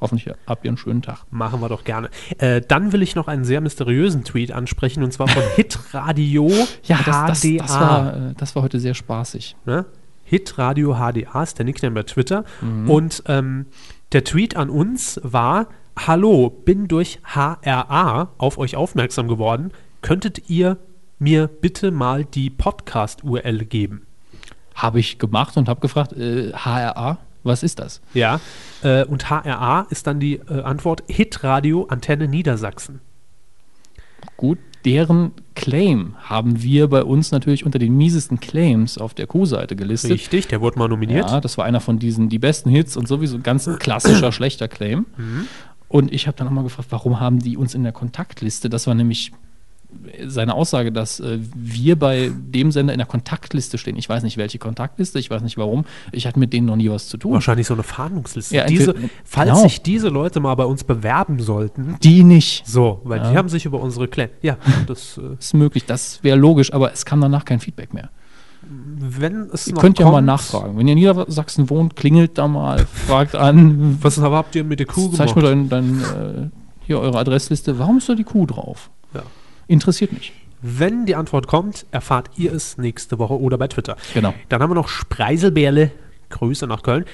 Hoffentlich habt ihr einen schönen Tag. Machen wir doch gerne. Äh, dann will ich noch einen sehr mysteriösen Tweet ansprechen und zwar von Hitradio Ja, das, das, das, war, äh, das war heute sehr spaßig. ne? Hitradio HDA ist der Nickname bei Twitter. Mhm. Und ähm, der Tweet an uns war: Hallo, bin durch HRA auf euch aufmerksam geworden. Könntet ihr mir bitte mal die Podcast-URL geben? Habe ich gemacht und habe gefragt, äh, HRA, was ist das? Ja. Äh, und HRA ist dann die äh, Antwort: Hitradio Antenne Niedersachsen. Gut, deren Claim haben wir bei uns natürlich unter den miesesten Claims auf der Q-Seite gelistet. Richtig, der wurde mal nominiert. Ja, das war einer von diesen, die besten Hits und sowieso ein ganz klassischer schlechter Claim. Und ich habe dann nochmal gefragt, warum haben die uns in der Kontaktliste? Das war nämlich seine Aussage, dass äh, wir bei dem Sender in der Kontaktliste stehen. Ich weiß nicht, welche Kontaktliste, ich weiß nicht warum. Ich hatte mit denen noch nie was zu tun. Wahrscheinlich so eine Fahndungsliste. Ja, diese, entweder- falls genau. sich diese Leute mal bei uns bewerben sollten, Die nicht. So, weil die Ja. haben sich über unsere Claim. Ja, das, äh, Ist möglich, das wäre logisch, aber es kam danach kein Feedback mehr. wenn es Ihr noch könnt ja mal kommt- nachfragen. Wenn ihr in Niedersachsen wohnt, klingelt da mal, fragt an, Was aber habt ihr mit der Kuh zeig gemacht? mir dein, dein, äh, hier eure Adressliste. Warum ist da die Kuh drauf? Ja. Interessiert mich. Wenn die Antwort kommt, erfahrt ihr es nächste Woche oder bei Twitter. Genau. Dann haben wir noch Spreiselbärle. Grüße nach Köln.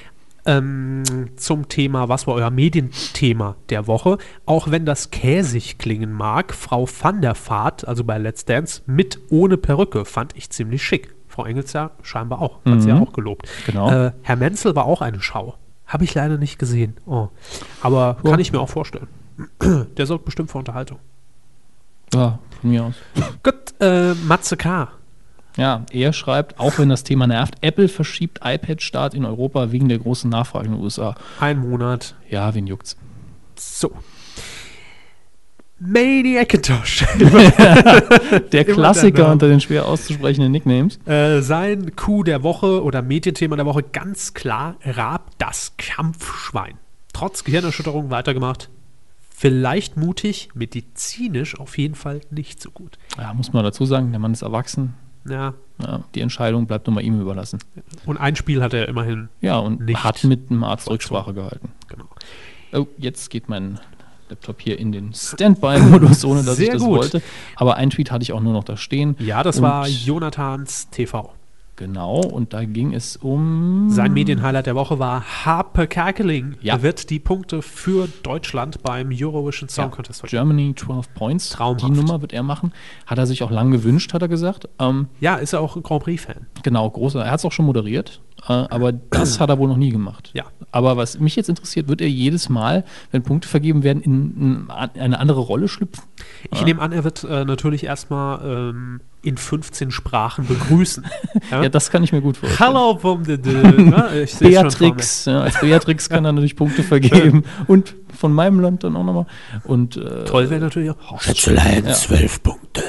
Ähm, zum Thema, was war euer Medienthema der Woche? Auch wenn das käsig klingen mag, Frau van der Vaart, also bei Let's Dance, mit ohne Perücke, fand ich ziemlich schick. Frau Engels ja scheinbar auch, hat sie ja auch gelobt. Genau. Äh, Herr Menzel war auch eine Schau. Habe ich leider nicht gesehen. Oh. Aber Ja. kann ich mir auch vorstellen. Der sorgt bestimmt für Unterhaltung. Ja, von mir aus. Gut, äh, Matze K. Ja, er schreibt, auch wenn das Thema nervt, Apple verschiebt iPad-Start in Europa wegen der großen Nachfrage in den USA. Ein Monat. Ja, wen juckt's? So. Maniacintosh. Der Immer ne? Klassiker der Name. unter den schwer auszusprechenden Nicknames. äh, sein Coup der Woche oder Medienthema der Woche ganz klar Raab das Kampfschwein. Trotz Gehirnerschütterung weitergemacht. Vielleicht mutig, medizinisch auf jeden Fall nicht so gut. Ja, muss man dazu sagen, der Mann ist erwachsen. Ja. Ja, die Entscheidung bleibt nun mal ihm überlassen. Und ein Spiel hat er immerhin. Ja, und Nicht. hat mit dem Arzt Rücksprache gehalten. Genau. Oh, jetzt geht mein Laptop hier in den Standby-Modus, ohne dass ich Sehr das gut. wollte. Aber ein Tweet hatte ich auch nur noch da stehen. Ja, das Und- war Jonathans TV. Genau, und da ging es um. Sein Medienhighlight der Woche war Harpe Kerkeling Ja. wird die Punkte für Deutschland beim Eurovision Song Contest vergeben. Germany 12 Points. Traumhaft. Die Nummer wird er machen. Hat er sich auch lang gewünscht, hat er gesagt. Ähm, Ja, ist er auch ein Grand Prix-Fan. genau, großer. Er hat es auch schon moderiert, äh, aber das hat er wohl noch nie gemacht. Ja. Aber was mich jetzt interessiert, wird er jedes Mal, wenn Punkte vergeben werden, in, in eine andere Rolle schlüpfen? Ich nehme an, er wird äh, natürlich erstmal ähm, in 15 Sprachen begrüßen. Ja, das kann ich mir gut vorstellen. Hallo, vom de, de, ne? ich seh's schon vor mir. Beatrix, ja, als Beatrix kann er natürlich Punkte vergeben und von meinem Land dann auch nochmal. Und äh, Toll wäre natürlich auch. Schätzelein, zwölf Punkte.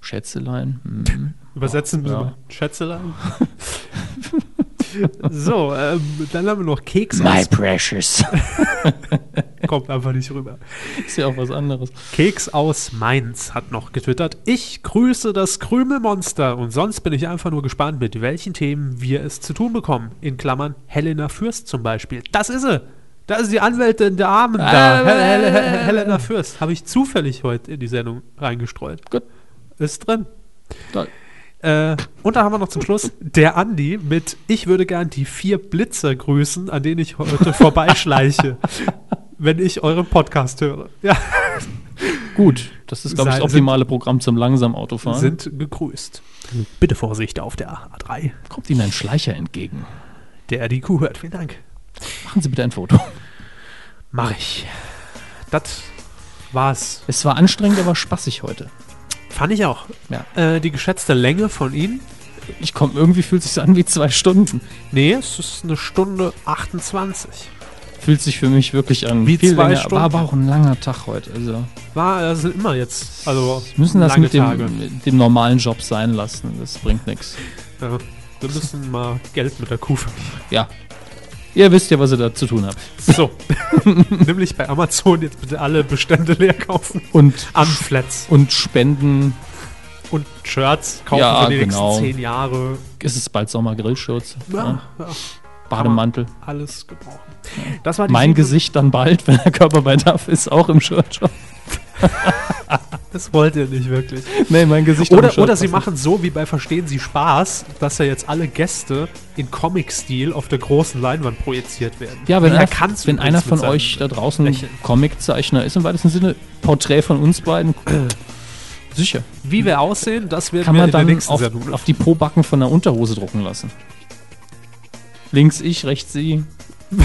Schätzelein. hm. Übersetzen müssen Ja. wir. Schätzelein. so, ähm, dann haben wir noch Keks. My precious. Kommt einfach nicht rüber. Ist ja auch was anderes. Keks aus Mainz hat noch getwittert. Ich grüße das Krümelmonster und sonst bin ich einfach nur gespannt, mit welchen Themen wir es zu tun bekommen. In Klammern Helena Fürst zum Beispiel. Das ist sie. Da ist die Anwältin der Armen Äh, da. Hel Hel Hel Helena Fürst. Habe ich zufällig heute in die Sendung reingestreut. Gut. Ist drin. Toll. Äh, und da haben wir noch zum Schluss der Andi mit Ich würde gern die vier Blitzer grüßen, an denen ich heute vorbeischleiche, wenn ich euren Podcast höre. Ja. Gut, das ist, glaube ich, Sei- das optimale Programm zum langsamen Autofahren. sind gegrüßt. Bitte Vorsicht auf der A3, Kommt Ihnen ein Schleicher entgegen. der die Kuh hört. Vielen Dank. Machen Sie bitte ein Foto. Mach ich. Das war's. Es war anstrengend, aber spaßig heute. Fand ich auch. Ja. Äh, die geschätzte Länge von Ihnen? Ich komme, irgendwie fühlt es sich an wie zwei Stunden. Nee, es ist eine Stunde 28. Fühlt sich für mich wirklich an Wie zwei länger, Stunden. War aber auch ein langer Tag heute. Also War also immer jetzt. Also müssen das lange mit Tage. dem, mit dem normalen Job sein lassen. Das bringt nichts. Ja, wir müssen mal Geld mit der Kuh verdienen. Ja. Ihr wisst ja, was ihr da zu tun habt. So. Nämlich bei Amazon jetzt bitte alle Bestände leer kaufen. Und, Anflats und Spenden. und Shirts kaufen Ja, für die genau. nächsten zehn Jahre. Es ist bald Sommer Grillschürze. Ja, ja. Bademantel. Alles gebrauchen. Das war die Mein sieben- Gesicht dann bald, wenn der Körper bei DAF ist, auch im Shirt. Das wollt ihr nicht wirklich. nee, mein Gesicht auch im Oder, Shirt. oder sie passt machen so wie bei Verstehen Sie Spaß, dass ja jetzt alle Gäste in Comic-Stil auf der großen Leinwand projiziert werden. Ja, wenn, Da einer, kann's wenn übrigens einer mit von seinem euch da draußen Lächeln. Comiczeichner ist, im weitesten Sinne, Porträt von uns beiden. Sicher. Wie wir aussehen, das werden Kann wir man in der dann nächsten auf, Sendung. ne? auf die Pobacken von der Unterhose drucken lassen. Links ich, rechts sie.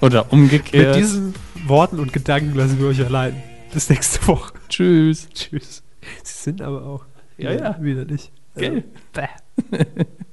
Oder Mit umgekehrt. diesen Worten und Gedanken lassen wir euch allein. Bis nächste Woche. Tschüss. Tschüss. Sie sind aber auch Ja, ja. Also, wieder nicht. Gell? Äh, bäh.